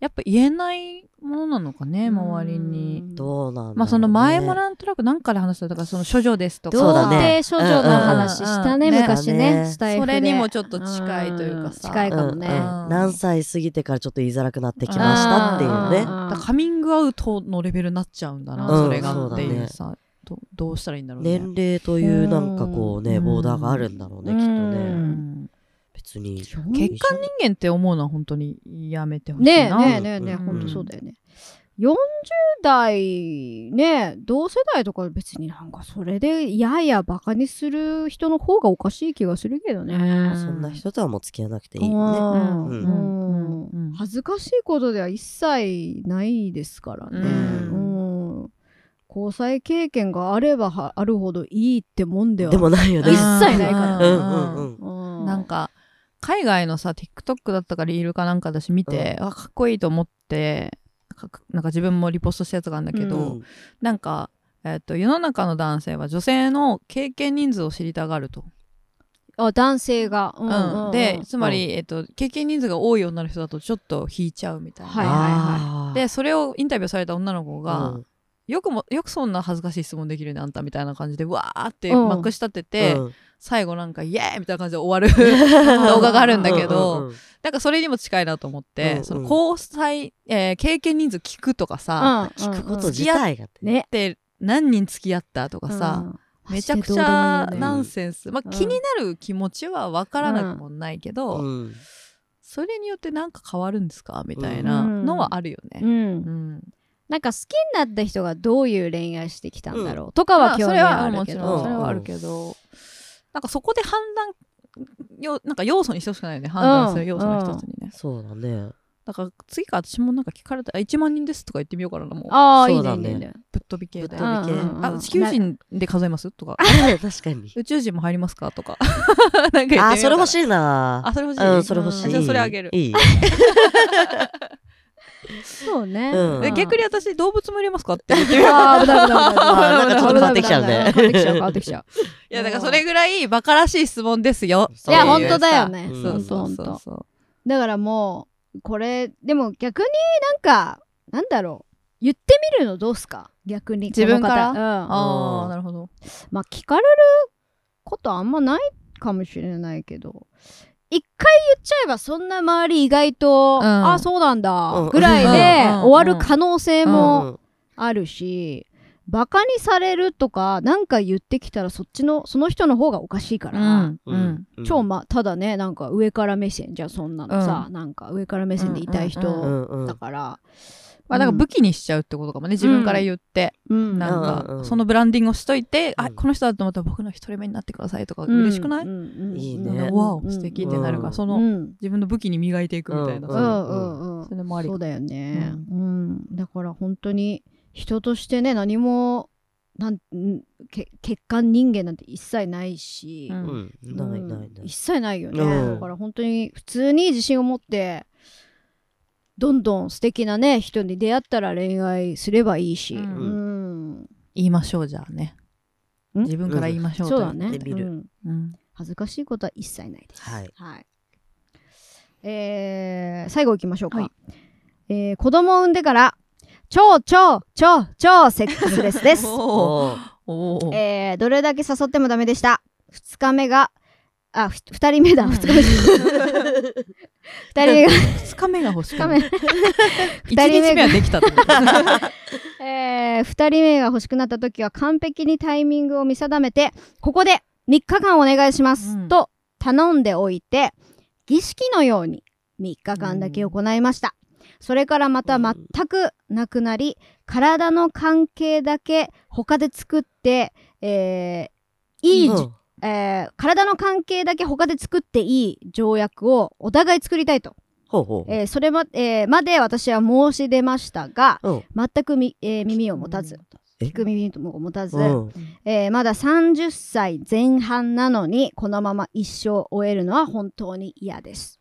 Speaker 2: やっぱ言えないものなのかね周りに。
Speaker 3: どうなんだろうね、
Speaker 2: まあその前もなんとなく何から話しただからその処女ですとか
Speaker 3: そう
Speaker 1: 童
Speaker 3: だね
Speaker 1: 貞処女の話したね
Speaker 2: うんうんうん
Speaker 1: 昔ね
Speaker 3: ね
Speaker 1: スタイフ
Speaker 2: そ
Speaker 1: で
Speaker 2: れにもちょっと近いというかさ
Speaker 1: ん近いかもね、
Speaker 3: うん
Speaker 2: あ
Speaker 3: うん何歳過ぎてからちょっと言いづらくなってきましたっていうね
Speaker 1: んんん
Speaker 2: だからカミングアウトのレベルになっちゃうんだな、
Speaker 1: うん
Speaker 2: それが
Speaker 1: そう
Speaker 2: っ
Speaker 1: だ
Speaker 2: て
Speaker 1: ね
Speaker 2: いうさどどうしたらいいんだろうね。
Speaker 3: 年齢というなんかこうね、
Speaker 2: うん
Speaker 3: ボーダーがあるんだろうね、
Speaker 1: うん
Speaker 3: きっと
Speaker 2: う
Speaker 3: ね
Speaker 2: ん
Speaker 3: 別に
Speaker 1: 結
Speaker 2: 欠陥人間って思うのは本当にやめてほし
Speaker 1: ねえ
Speaker 2: いな。
Speaker 1: ねえねえねえ、
Speaker 2: うん
Speaker 1: ほんとそうだよね。40代ね同世代とか別になんかそれでややバカにする人の方がおかしい気がするけどね。
Speaker 2: うん
Speaker 3: そんな人とはもう付き合わなくていいね。
Speaker 1: うん
Speaker 3: うん
Speaker 1: うん
Speaker 2: うんうん
Speaker 1: 恥ずかしいことでは一切ないですからね。
Speaker 2: う
Speaker 1: うん交際経験があればはあるほどいいってもんでは
Speaker 3: でもないよ
Speaker 1: う
Speaker 3: ね。
Speaker 1: ん一切ないから
Speaker 3: うんうんう
Speaker 2: うん
Speaker 3: ん。
Speaker 1: う
Speaker 2: なんか海外のさ TikTok だったかリールかなんか私見て、あかっこいいと思ってかなんか自分もリポストしたやつがあるんだけど、
Speaker 1: うん
Speaker 2: なんか、えっと世の中の男性は女性の経験人数を知りたがると。
Speaker 1: あ男性が。う
Speaker 2: うんん
Speaker 1: うんうん
Speaker 2: でつまり、えっと経験人数が多い女の人だとちょっと引いちゃうみたいな。
Speaker 1: はい
Speaker 3: あー
Speaker 2: でそれをインタビューされた女の子が、
Speaker 3: うん
Speaker 2: よくもよくそんな恥ずかしい質問できるねあんたみたいな感じでわーって
Speaker 1: うん
Speaker 2: まくし立てて、
Speaker 3: うん
Speaker 2: 最後なんかイエーイみたいな感じで終 わる動画があるんだけど
Speaker 3: うんうんうん
Speaker 2: なんかそれにも近いなと思って、
Speaker 3: うんうん
Speaker 2: その交際、えー経験人数聞くとかさ、
Speaker 1: うん
Speaker 3: 聞くこ
Speaker 1: う
Speaker 3: と
Speaker 1: ん
Speaker 3: 自体が
Speaker 1: うんね
Speaker 2: で何人付き合ったとかさ、
Speaker 1: うん
Speaker 2: めちゃくち
Speaker 1: マジ
Speaker 2: ゃ
Speaker 1: でどうでもいいよね
Speaker 2: ナンセンス、ま
Speaker 1: う
Speaker 2: あ、
Speaker 1: ん
Speaker 2: 気になる気持ちは分からなくもないけど、
Speaker 3: うん
Speaker 2: それによってなんか変わるんですかみたいなのはあるよ
Speaker 1: う
Speaker 2: ね。
Speaker 1: ん
Speaker 2: うん
Speaker 1: なんか好きになった人がどういう恋愛してきたんだろうとか
Speaker 2: ま
Speaker 1: は
Speaker 2: あ
Speaker 1: 興
Speaker 2: そ
Speaker 1: 味
Speaker 2: れ
Speaker 1: はあ
Speaker 2: は
Speaker 1: る
Speaker 2: も
Speaker 1: け
Speaker 2: ち
Speaker 1: ど、
Speaker 2: ろんそれ
Speaker 3: うん
Speaker 2: はあるけど、なんかそこで判断よなんか要素にしてほしくないよね判断する要素の一つにね。
Speaker 3: そうだね。
Speaker 2: だから次から私もなんか聞かれたら1万人ですとか言ってみようかなもう
Speaker 1: ああい
Speaker 3: そ
Speaker 1: いうね
Speaker 3: だ
Speaker 1: いい
Speaker 3: ね
Speaker 1: ねいいね
Speaker 2: ぶっ飛び系で
Speaker 3: ぶっ飛び系
Speaker 1: うんうんうん
Speaker 2: あ地球人で数えますとか
Speaker 3: 確かに。
Speaker 2: 宇宙人も入りますかとか なんか言ってみようかな
Speaker 3: あー、それ欲しいな
Speaker 2: あ。それ欲しい、
Speaker 3: うん、それ欲し
Speaker 2: あ
Speaker 3: い。
Speaker 2: じゃあそれあげる
Speaker 3: いい。
Speaker 1: そうね、
Speaker 3: うん
Speaker 2: え逆に私動物も入れますかって言ってみよう
Speaker 1: ああ危ない危ない危 ない
Speaker 3: あーなんかちょっと 変わってきちゃうね
Speaker 1: 危ない危ない変わってきちゃう変わってきちゃう
Speaker 2: いやだからそれぐらいバカらしい質問ですよ
Speaker 3: そうい
Speaker 1: や
Speaker 2: って
Speaker 1: 本
Speaker 2: う
Speaker 1: 当だよね
Speaker 2: さそうそ
Speaker 1: 本
Speaker 2: う
Speaker 1: 当
Speaker 2: そうそう
Speaker 1: だからもうこれでも逆になんかなんだろう言ってみるのどうすか逆に
Speaker 2: 自分から
Speaker 1: この方うん
Speaker 2: あ
Speaker 3: う
Speaker 2: あ
Speaker 3: ん
Speaker 2: なるほど
Speaker 1: まあ聞かれることあんまないかもしれないけど一回言っちゃえばそんな周り意外と、
Speaker 2: うん
Speaker 1: ああそうなんだ、
Speaker 3: うん
Speaker 1: ぐらいで
Speaker 2: うん
Speaker 1: 終わる可能性
Speaker 3: う
Speaker 1: も
Speaker 3: ん
Speaker 1: あるし、バカにされるとかなんか言ってきたらそっちのその人の方がおかしいか
Speaker 2: う
Speaker 1: ら、
Speaker 2: ん
Speaker 3: う
Speaker 2: うんん
Speaker 1: 超
Speaker 3: うん
Speaker 1: まただねなんか上から目線じゃんそんなのさ、なんか上から目線で痛い
Speaker 2: うん
Speaker 1: 人
Speaker 3: うん
Speaker 1: だから、
Speaker 2: まあなんか武器にしちゃうってことかもね自分から言って、
Speaker 1: うん
Speaker 2: なん
Speaker 3: うんうんう
Speaker 2: か
Speaker 3: ん
Speaker 2: そのブランディングをしといて、
Speaker 3: う
Speaker 2: あ
Speaker 3: ん
Speaker 2: この人だと思ったら僕の一人目になってくださいとか
Speaker 1: うん
Speaker 2: 嬉しくない、
Speaker 1: うんうんうん
Speaker 3: いい
Speaker 2: なん
Speaker 3: ね
Speaker 2: かわお素敵ってなるから、
Speaker 3: うん
Speaker 2: そ
Speaker 1: うん
Speaker 2: の、
Speaker 1: うん
Speaker 2: 自分の武器に磨いていくみたいな
Speaker 3: う
Speaker 1: う
Speaker 2: さ、
Speaker 1: んうんうん
Speaker 2: それもあり
Speaker 1: そう
Speaker 2: か
Speaker 1: だよね、うんだから本当に人としてね何もなんんけ欠陥人間なんて一切ないし、
Speaker 2: うん
Speaker 3: うんないないな
Speaker 1: うん
Speaker 3: い
Speaker 1: 一切ないよね、
Speaker 3: うん
Speaker 1: だから本当に普通に自信を持ってどんどん素敵なね人に出会ったら恋愛すればいいし、う
Speaker 2: うん
Speaker 3: ん
Speaker 2: 言いましょうじゃあね
Speaker 1: ん
Speaker 2: 自分から言いましょう
Speaker 1: そう
Speaker 2: と
Speaker 1: だね
Speaker 3: やっ、てみる
Speaker 1: うん
Speaker 2: うん
Speaker 1: 恥ずかしいことは一切ないです。
Speaker 3: はい
Speaker 1: はいえー最後いきましょうか、
Speaker 2: はい
Speaker 1: えー子供を産んでから超超超超セックスレスです、
Speaker 2: おー
Speaker 3: おー
Speaker 2: おー
Speaker 1: えーどれだけ誘ってもダメでした2日目があふ2人目だ
Speaker 2: うん
Speaker 1: 2日 目 二人目が
Speaker 2: 二日目が欲しい
Speaker 1: 二日目
Speaker 2: 一日目はできたってこと
Speaker 1: えー、2人目が欲しくなった時は完璧にタイミングを見定めてここで3日間お願いします、
Speaker 2: うん
Speaker 1: と頼んでおいて儀式のように3日間だけ行いました、それからまた全くなくなり体の関係だけ他で作って、えーいいじ、
Speaker 3: うん
Speaker 1: えー体の関係だけ他で作っていい条約をお互い作りたいと、
Speaker 3: ほうほう
Speaker 1: えーそれま,、えーまで私は申し出ましたが、
Speaker 3: うん
Speaker 1: 全くみ、えー耳を持たず、
Speaker 3: え
Speaker 1: 聞く耳も持たず、
Speaker 3: うん
Speaker 1: えーまだ30歳前半なのにこのまま一生終えるのは本当に嫌です。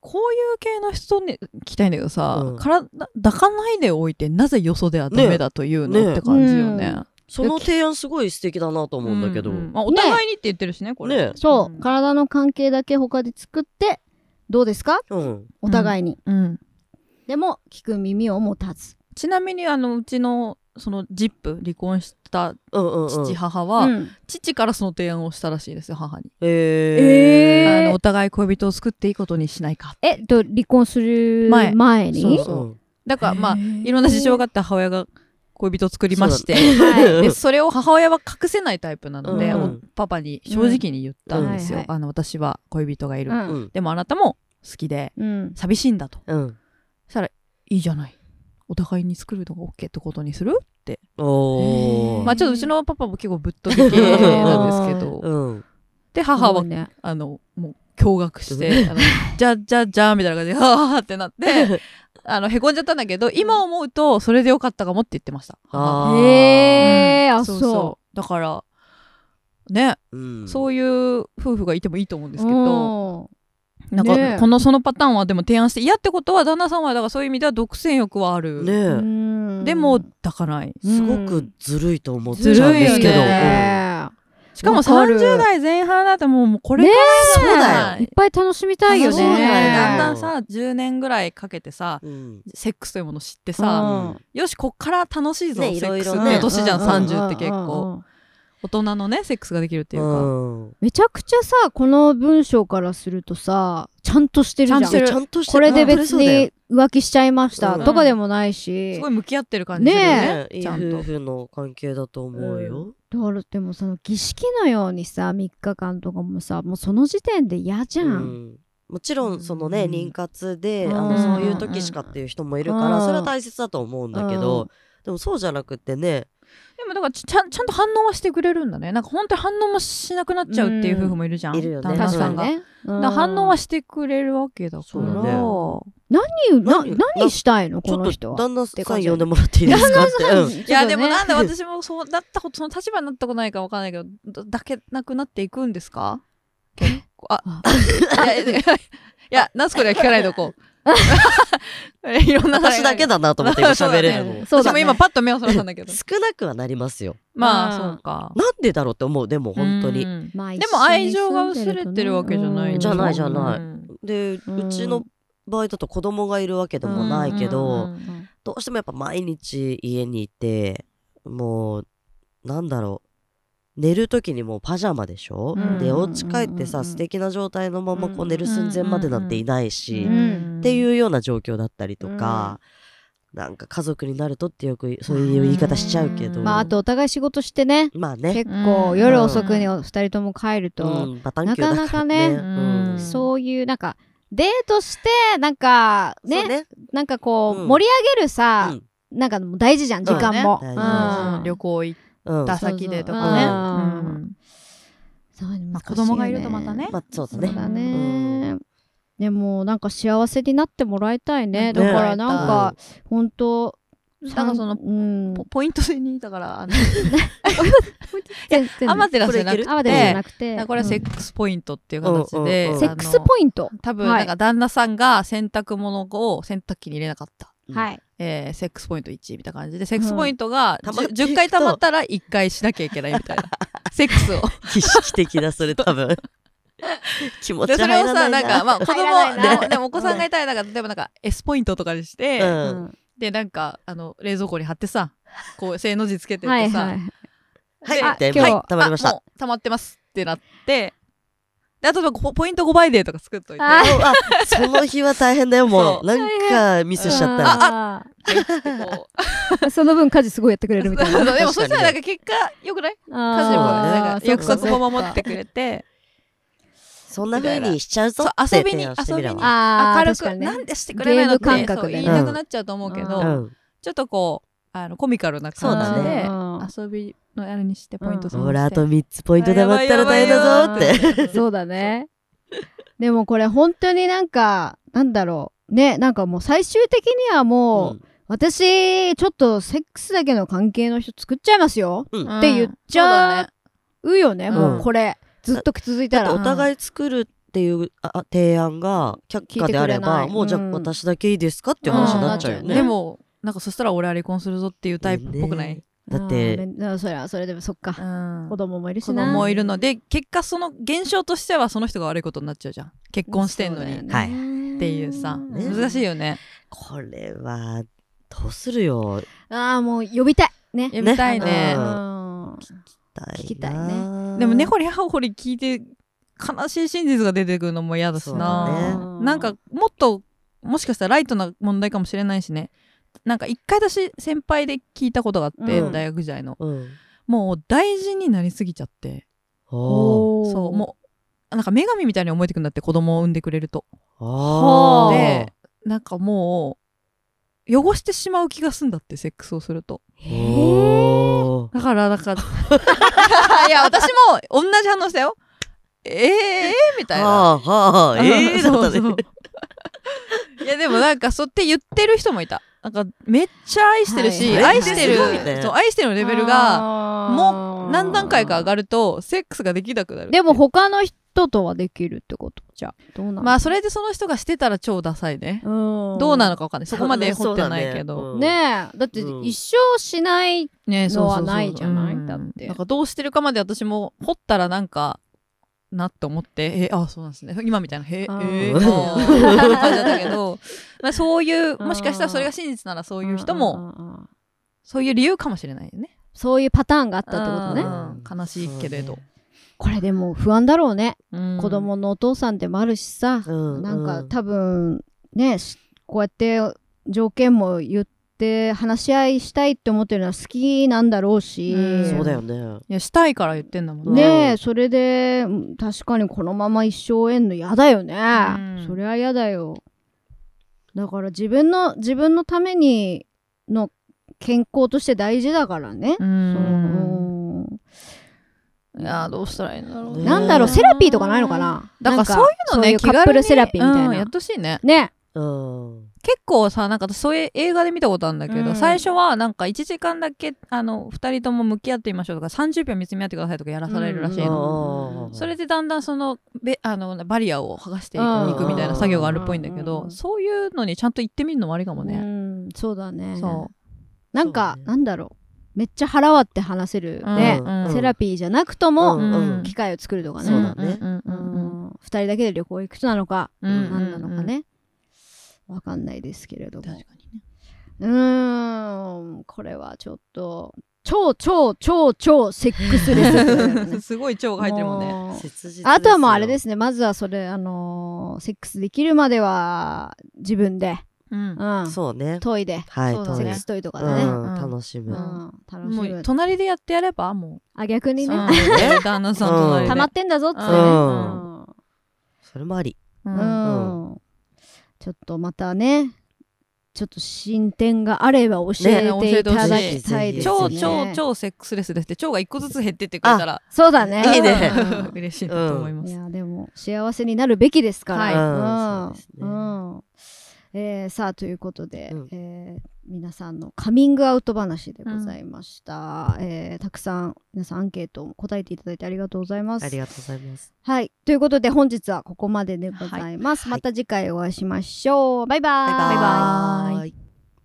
Speaker 2: こういう系の人に聞きたいんだけどさ、
Speaker 3: うん
Speaker 2: から抱かないでおいてなぜよそではダメだというの、
Speaker 3: ねね
Speaker 2: って感じよね、
Speaker 3: その提案すごい素敵だなと思うんだけど
Speaker 2: うまあ、お互いにって言ってるしねこれ
Speaker 3: ね
Speaker 1: そう、
Speaker 2: ん
Speaker 1: 体の関係だけ他で作ってどうですか
Speaker 3: うん
Speaker 1: お互いに、
Speaker 2: うん、
Speaker 1: でも聞く耳を持たず。
Speaker 2: ちなみにあのうちのそのジップ離婚した
Speaker 3: うんうんうん
Speaker 2: 父母は、
Speaker 1: うん
Speaker 2: 父からその提案をしたらしいですよ母に、
Speaker 3: え
Speaker 1: えー
Speaker 2: あのお互い恋人を作っていいことにしないか
Speaker 1: えっと離婚する前
Speaker 2: 前
Speaker 1: に
Speaker 2: そう
Speaker 3: ー
Speaker 2: そう
Speaker 3: うん
Speaker 2: だからまあい
Speaker 1: い
Speaker 2: ろんな事情があって母親が恋人を作りまして
Speaker 1: は
Speaker 2: でそれを母親は隠せないタイプなので、
Speaker 1: うん
Speaker 2: おパパに正直に言ったんです
Speaker 1: うん
Speaker 2: よ、
Speaker 1: はいは
Speaker 2: あの私は恋人がいる、
Speaker 1: うん
Speaker 3: うん
Speaker 2: でもあなたも好きで
Speaker 1: うん、
Speaker 2: 寂しいんだと
Speaker 3: うん
Speaker 2: そしたらいいじゃないお互いに作るのが OK ってことにする、
Speaker 3: お
Speaker 1: う
Speaker 3: ー
Speaker 1: ん
Speaker 2: まあちょっとうちのパパも結構ぶっとび系なんですけど
Speaker 3: うん
Speaker 2: で母は
Speaker 1: そうね
Speaker 2: あのもう驚愕して、あのじゃじゃじゃみたいな感じで ああってなってあのへこんじゃったんだけど今思うとそれでよかったかもって言ってました
Speaker 3: あー
Speaker 1: へー
Speaker 2: うん
Speaker 1: あそう
Speaker 2: うだからね
Speaker 3: うん
Speaker 2: そういう夫婦がいてもいいと思うんですけど、
Speaker 1: ど、
Speaker 2: なんか、
Speaker 1: ねえ
Speaker 2: このそのパターンはでも提案して嫌ってことは旦那さんはだからそういう意味では独占欲はある、
Speaker 3: ね
Speaker 1: う
Speaker 3: え
Speaker 1: ん
Speaker 2: でも抱かない
Speaker 3: すご
Speaker 1: う
Speaker 3: く
Speaker 1: ん
Speaker 3: ずるいと思っちゃ
Speaker 2: ず
Speaker 3: うん
Speaker 2: るいよね
Speaker 3: ですけど、うん
Speaker 1: ね
Speaker 2: しかも
Speaker 1: わかる
Speaker 2: 30代前半だともうもうこれから
Speaker 3: そうだ
Speaker 2: よ
Speaker 1: いっぱい楽しみたいよね。
Speaker 2: そうなんだよだんだん
Speaker 3: う
Speaker 2: さ10年ぐらいかけてさ
Speaker 3: うん
Speaker 2: セックスというものを知って
Speaker 1: う
Speaker 2: さ、
Speaker 1: ん
Speaker 2: よしこっから楽しいぞ、セ
Speaker 3: ねい
Speaker 2: ッ
Speaker 3: ろ
Speaker 2: ク
Speaker 3: い
Speaker 2: ス
Speaker 3: ろ
Speaker 2: って
Speaker 3: ね
Speaker 2: いう年じゃん、
Speaker 1: う
Speaker 2: 30って結構、
Speaker 1: うんうん
Speaker 2: 大人のねセックスができるっていうか、
Speaker 3: うん
Speaker 1: めちゃくちゃさこの文章からするとさちゃんとしてるじゃん
Speaker 2: ちゃんとしてる
Speaker 3: ちゃんとして
Speaker 1: これで別に浮気しちゃいました、
Speaker 3: うん
Speaker 1: とかでもないし、
Speaker 2: すごい向き合ってる感じするよね
Speaker 3: ねいい
Speaker 2: ちゃ
Speaker 3: 夫
Speaker 2: んと。
Speaker 3: 婦の関係だと思うよ、
Speaker 1: だからでもその儀式のようにさ3日間とかもさもうその時点で嫌じゃ
Speaker 3: うん
Speaker 1: ん、
Speaker 3: もちろんそのね、
Speaker 2: うん
Speaker 3: 妊活で、あ
Speaker 1: うん
Speaker 3: のそういう時しかっていう人もいるから、
Speaker 1: うん
Speaker 3: それは大切だと思うんだけど、
Speaker 1: うん
Speaker 3: でもそうじゃなくてね
Speaker 2: でもだからちちゃんちゃんと反応はしてくれるんだねなんか本当に反応もしなくなっちゃうっていう夫婦もいるじゃん、
Speaker 3: うんいるよね
Speaker 2: 旦那
Speaker 1: 確
Speaker 2: さ
Speaker 1: か
Speaker 2: ん
Speaker 1: に
Speaker 2: が、
Speaker 1: ね、うん
Speaker 2: だから反応はしてくれるわけだか
Speaker 3: そ
Speaker 2: ら
Speaker 3: うだね
Speaker 1: 何な
Speaker 3: 何
Speaker 1: 何したいの
Speaker 3: ち
Speaker 1: こ
Speaker 3: ょ
Speaker 1: の
Speaker 3: っ
Speaker 1: 人
Speaker 3: と
Speaker 1: は
Speaker 3: 旦那さ
Speaker 1: て
Speaker 3: ん
Speaker 1: 感じ
Speaker 3: 呼んでもらっていいですかって、う ん
Speaker 1: い
Speaker 2: いやでもなんで私もそうなったことその立場になったことないからわかんないけどどだけなくなっていくんですか結構あいやいやいやいやナスコには聞かないとこういろんな
Speaker 3: 私だけだなと思って今喋れる の、
Speaker 1: そうだ
Speaker 2: 私も
Speaker 1: ね
Speaker 2: 今パッと目をそらしたんだけ ど
Speaker 3: 少なくはなりますよ
Speaker 2: まあ
Speaker 1: うん
Speaker 2: そうか
Speaker 3: なんでだろうって思うでも本当に
Speaker 2: うん
Speaker 1: まあ
Speaker 2: でも愛情が薄れてるわけじゃない
Speaker 1: うん
Speaker 3: じゃないじゃない
Speaker 2: うん
Speaker 3: でう
Speaker 1: うん
Speaker 3: ちの場合だと子供がいるわけでもないけど、
Speaker 2: うんうんうん
Speaker 3: どうしてもやっぱ毎日家にいてもうなんだろう寝る時にもうパジャマでしょ、
Speaker 1: うん
Speaker 3: でお家帰っ
Speaker 1: う
Speaker 3: て
Speaker 1: ん
Speaker 3: さ素敵な状態のままこ
Speaker 1: う
Speaker 3: うん寝る寸前までなんていないし、
Speaker 1: うん
Speaker 3: っていうような状況だったりとか、なんか家族になるとってよくそういう言い方しちゃうけど
Speaker 2: うん
Speaker 1: まああとお互い仕事してね
Speaker 3: まあね
Speaker 1: 結構夜遅くに
Speaker 2: う
Speaker 1: 2人とも帰ると、
Speaker 3: うんバタンキューだ
Speaker 1: なからなかね
Speaker 3: うん
Speaker 2: うん
Speaker 1: そういうなんかデートしてなんかね
Speaker 3: そうね
Speaker 1: なんかこう
Speaker 3: うん
Speaker 1: 盛り上げるさ
Speaker 3: う、ん
Speaker 1: なんか時間時間も、
Speaker 3: そううんね
Speaker 2: うん旅行行
Speaker 3: うん
Speaker 2: った先でとか
Speaker 3: う
Speaker 2: ね。
Speaker 3: ん
Speaker 2: うん
Speaker 1: そう難しいよね
Speaker 2: まあ子供がいるとまたね
Speaker 3: まあそうだ
Speaker 1: そうだ
Speaker 3: ね
Speaker 1: ね、
Speaker 3: うん
Speaker 1: でもなんか幸せになってもらいたいね
Speaker 2: うん
Speaker 1: だからなん
Speaker 3: もら
Speaker 1: か本当
Speaker 2: だからその
Speaker 1: うん
Speaker 2: ポポイント制にだからあ の
Speaker 1: 全然
Speaker 2: アマテラスじゃなく
Speaker 1: アマテラスじゃ
Speaker 2: て
Speaker 1: なくて、
Speaker 2: これはセックスポイントっていう形で
Speaker 3: うんうんうん
Speaker 1: セックスポイント
Speaker 2: 多分なんか旦那さんが洗濯物を洗濯機に入れなかった。
Speaker 3: うん
Speaker 1: はい
Speaker 2: えーセックスポイント1みたいな感じで、セックスポイントが
Speaker 3: 溜まっていくと
Speaker 2: 10, 10回溜まったら1回しなきゃいけないみたい な。セックスを。
Speaker 3: 儀式的だそれ多 分気持ち
Speaker 2: で、それ
Speaker 3: 入
Speaker 2: を
Speaker 3: ら
Speaker 2: さ、
Speaker 3: な
Speaker 2: ないんか、まあ、子
Speaker 1: 入らないな
Speaker 2: 供、でも、お子さんがいたら、なんか、例えばな んか、S ポイントとかにして、
Speaker 3: う
Speaker 1: うんん
Speaker 2: で、なんか、あの、冷蔵庫に貼ってさ、こう、正の字つけてってさ、
Speaker 1: はいはい
Speaker 3: はい
Speaker 1: あ
Speaker 2: で
Speaker 3: はい
Speaker 1: 今日
Speaker 3: はい溜まりまし
Speaker 2: あ
Speaker 3: た
Speaker 2: もう溜まってますってなって、で、あと、ポポイント5倍デーとか作っといて、
Speaker 1: あ
Speaker 3: あその日は大変だよも
Speaker 2: そう
Speaker 3: うなんかミスしちゃったら
Speaker 1: あ
Speaker 2: でこう
Speaker 1: あその分家事すごいやってくれるみたいな
Speaker 2: そうそうでも、
Speaker 3: 確かに
Speaker 2: そした
Speaker 3: ね
Speaker 2: ら、なんか、結果、よくない家事も、
Speaker 1: あ
Speaker 2: なん
Speaker 1: ー
Speaker 2: か、約束も守っ
Speaker 1: そ
Speaker 2: て
Speaker 1: っか
Speaker 2: くれて、
Speaker 3: そんな風にしちゃうぞ
Speaker 2: そう
Speaker 3: って
Speaker 2: 遊びに
Speaker 3: 提案してみれ
Speaker 2: 遊び
Speaker 3: ば
Speaker 2: に
Speaker 1: あー
Speaker 2: 明る
Speaker 1: 確か
Speaker 2: く、
Speaker 1: にね
Speaker 2: なんでしてくれないのっ
Speaker 1: ゲーム感
Speaker 2: て、
Speaker 1: 覚
Speaker 2: そう
Speaker 1: でね
Speaker 2: 言いたくなっちゃうと思うけ
Speaker 1: う
Speaker 2: ど、
Speaker 3: うん
Speaker 2: ちょっとこう、あの、コミカルな
Speaker 3: そうだ
Speaker 2: 感じで
Speaker 1: う、ん
Speaker 2: 遊びのあれにしてポイント制にして
Speaker 3: ほらあと3つポイントでまったら大変だぞっ
Speaker 1: やばい
Speaker 3: て
Speaker 1: そうだね。でもこれ本当になんか、なんだろう。ね、なんかもう最終的にはもう、私、ちょっとセックスだけの関係の人作っちゃいますよ。
Speaker 2: っ
Speaker 1: って言っちゃうよね、
Speaker 2: うん
Speaker 1: もうこれ。ずっと続いた
Speaker 3: うん
Speaker 1: ら。
Speaker 3: お互い作るっていうああ提案が却下であれ
Speaker 1: 聞いてくれな
Speaker 3: ば
Speaker 1: い
Speaker 3: もうじゃあ
Speaker 1: うん
Speaker 3: 私だけいいですかっていう話になっちゃうよ
Speaker 1: うんなっちゃうよね
Speaker 2: で
Speaker 3: ね
Speaker 2: も、なんかそしたら俺は離婚するぞっていうタイプっぽくない、
Speaker 3: ねだって
Speaker 1: うんめんうんそれはそれで、そっ
Speaker 2: う
Speaker 1: か。
Speaker 2: ん
Speaker 1: 子供もいるし
Speaker 2: 子
Speaker 1: な。
Speaker 2: 供いるので、結果その現象としてはその人が悪いことになっちゃうじゃん。結婚してんのに。
Speaker 1: そう
Speaker 2: っ
Speaker 1: だよね
Speaker 2: ていうさ、
Speaker 3: ね
Speaker 2: 難しいよね。
Speaker 3: これはどうするよ
Speaker 1: ああ、もう呼びたい。ね。
Speaker 2: やめたいね
Speaker 1: う。ん
Speaker 3: 聞
Speaker 1: 聞きたいね
Speaker 2: でも、根掘り葉掘り聞いて、悲しい真実が出てくるのも嫌だし
Speaker 3: そうだね
Speaker 2: な。なんか、もっと、もしかしたらライトな問題かもしれないしね。なんか一回私先輩で聞いたことがあって、
Speaker 1: うん
Speaker 2: 大学時代の。
Speaker 3: うん
Speaker 2: もう大事になりすぎちゃって。
Speaker 3: おー
Speaker 1: おー
Speaker 2: そう、もう、なんか女神みたいに思えてくんだって、子供を産んでくれると。
Speaker 3: あー
Speaker 2: で、なんかもう、汚してしまう気がすんだって、セックスをすると。
Speaker 3: おー
Speaker 2: だから、 なんか、いや、私も同じ反応したよ。えー、えー、みたいな。
Speaker 3: はあはあ ええだ
Speaker 2: そう
Speaker 3: った
Speaker 2: そう
Speaker 3: ね
Speaker 2: いや、でもなんか、そうって言ってる人もいた。なんか、めっちゃ愛してるし、
Speaker 1: はい
Speaker 2: 愛してる
Speaker 1: すごい
Speaker 3: ね
Speaker 2: そう、愛してるのレベルが、もう何段階か上
Speaker 1: る
Speaker 2: がると、セックスができなくなる。
Speaker 1: でも他の人とはできるってことじゃあどうなの
Speaker 2: まあ、それでその人がしてたら超ダサいね。
Speaker 1: うん
Speaker 2: どうなのかわかんない。 そこまで掘ってないけど。
Speaker 3: そうだねうん
Speaker 1: ねえだって
Speaker 3: うん
Speaker 1: 一生しない、
Speaker 2: ね
Speaker 1: のは
Speaker 2: そうそうそう
Speaker 1: ないじゃない
Speaker 2: うん
Speaker 1: だって
Speaker 2: なんかどうしてるかまで私も掘ったらなんか、なって思って、え、あ、そうなんですね。 今みたいな、へえ、え
Speaker 1: あ
Speaker 2: ー、
Speaker 1: ー
Speaker 2: あー感じだった けど、まあそういう、
Speaker 1: あー
Speaker 2: もしかしたらそれが真実ならそういう人
Speaker 1: んん
Speaker 2: も、
Speaker 1: うんうん
Speaker 2: そういう理由かもしれないよね。
Speaker 1: そういうパターンがあったってこと
Speaker 2: う
Speaker 1: ね
Speaker 2: ん悲しいけれど
Speaker 1: これでも不安だろうね、
Speaker 2: うん
Speaker 1: 子供のお父さんでもあるしさ、
Speaker 3: うん
Speaker 1: なんか
Speaker 3: うん
Speaker 1: 多分ねしこうやって条件も言って話し合いしたいって思ってるのは好きなんだろうし、
Speaker 2: うん
Speaker 3: そうだよね
Speaker 2: いや、したいから言ってんだもん
Speaker 1: ね
Speaker 3: う
Speaker 1: え
Speaker 3: ん
Speaker 1: それでうん確かにこのまま一生縁の嫌だよね、
Speaker 2: うん
Speaker 1: そりゃ嫌だよだから自分の自分のためにの健康として大事だからね、
Speaker 2: う
Speaker 1: そ
Speaker 2: ん。
Speaker 1: の
Speaker 2: いやー、どうしたらいいんだろうね。
Speaker 1: なんだろうセラピーとかないのかな
Speaker 2: だから
Speaker 1: なん
Speaker 2: そういうのね、
Speaker 1: カップルセラピーみたい
Speaker 2: うん
Speaker 1: な、
Speaker 2: やってほしいね。
Speaker 1: ね
Speaker 3: うん
Speaker 2: 結構さなんか私そういう映画で見たことあるんだけど、
Speaker 1: うん
Speaker 2: 最初はなんか1時間だけあの2人とも向き合ってみましょうとか30秒見つめ合ってくださいとかやらされるらしいの、
Speaker 3: の
Speaker 1: うん
Speaker 2: それでだんだんそのべあのバリアを剥がしていくみたいな作業があるっぽいんだ
Speaker 1: う
Speaker 2: け
Speaker 1: んうんうんう
Speaker 2: ど
Speaker 1: ん
Speaker 2: そういうのにちゃんと行ってみるのもありかも
Speaker 1: う
Speaker 2: ね、
Speaker 1: んそうだね
Speaker 2: そ
Speaker 1: なんか、
Speaker 3: そうね
Speaker 1: なんだろうめっちゃ腹割って話せる
Speaker 2: う、
Speaker 1: ね、
Speaker 2: うんうん
Speaker 1: セラピーじゃなくとも、
Speaker 2: う、
Speaker 3: ん
Speaker 2: うん
Speaker 1: 機会を作るとかね、
Speaker 3: そうだね
Speaker 2: うんう
Speaker 1: うん
Speaker 2: うん
Speaker 1: 2人だけで旅行行くとなのか、
Speaker 2: う
Speaker 1: なんん何なのかね、わかんないですけれど
Speaker 2: 確
Speaker 1: も
Speaker 2: かにね
Speaker 1: うーんこれはちょっと超超超超セックスレスってことだよ ね
Speaker 2: すごい腸が入ってるもんね。
Speaker 1: もう
Speaker 3: 切実
Speaker 1: あとはもうあれですすねまずはそれあのーセックスできるまでは自分で
Speaker 2: うん
Speaker 1: うん、
Speaker 3: そうね。
Speaker 1: トイで、
Speaker 3: はい、
Speaker 2: そうだ
Speaker 3: 楽
Speaker 1: セ
Speaker 2: ね
Speaker 1: ッ
Speaker 3: し
Speaker 1: クストイとか
Speaker 3: う
Speaker 1: でね、
Speaker 3: ん、
Speaker 2: うん
Speaker 3: 楽し
Speaker 1: う
Speaker 3: む。
Speaker 1: ん楽し
Speaker 2: も
Speaker 1: む
Speaker 2: う隣でやってやればも
Speaker 1: あ逆
Speaker 2: う、
Speaker 1: にね、
Speaker 2: うんね旦那さん隣で
Speaker 1: 溜まってんだぞっつってね、
Speaker 3: うんそれもあり。
Speaker 2: う
Speaker 1: うん
Speaker 2: うん
Speaker 1: んちょっとまたねちょっと進展があれば教えていただきたいですね
Speaker 2: 超
Speaker 3: ね
Speaker 2: 超超セックスレスですって腸が一個ずつ減ってってくれたら
Speaker 1: そうだね
Speaker 3: いいね
Speaker 1: うん
Speaker 2: うん嬉しいなと思いま
Speaker 1: い
Speaker 2: す。
Speaker 1: やでも幸せになるべきですから。
Speaker 2: はい
Speaker 3: うん
Speaker 1: うん
Speaker 3: そうです
Speaker 1: う
Speaker 3: ね
Speaker 1: んえーさあということで、
Speaker 3: うん
Speaker 1: えー皆さんのカミングアウト話でございました、えーたくさん皆さんアンケートを答えていただいてありがとうございます
Speaker 3: ありがとうございます。
Speaker 1: はいということで本日はここまででございます、
Speaker 3: はい
Speaker 1: また次回お会いしましょうバイバーイ
Speaker 2: バイバーイ
Speaker 3: イ。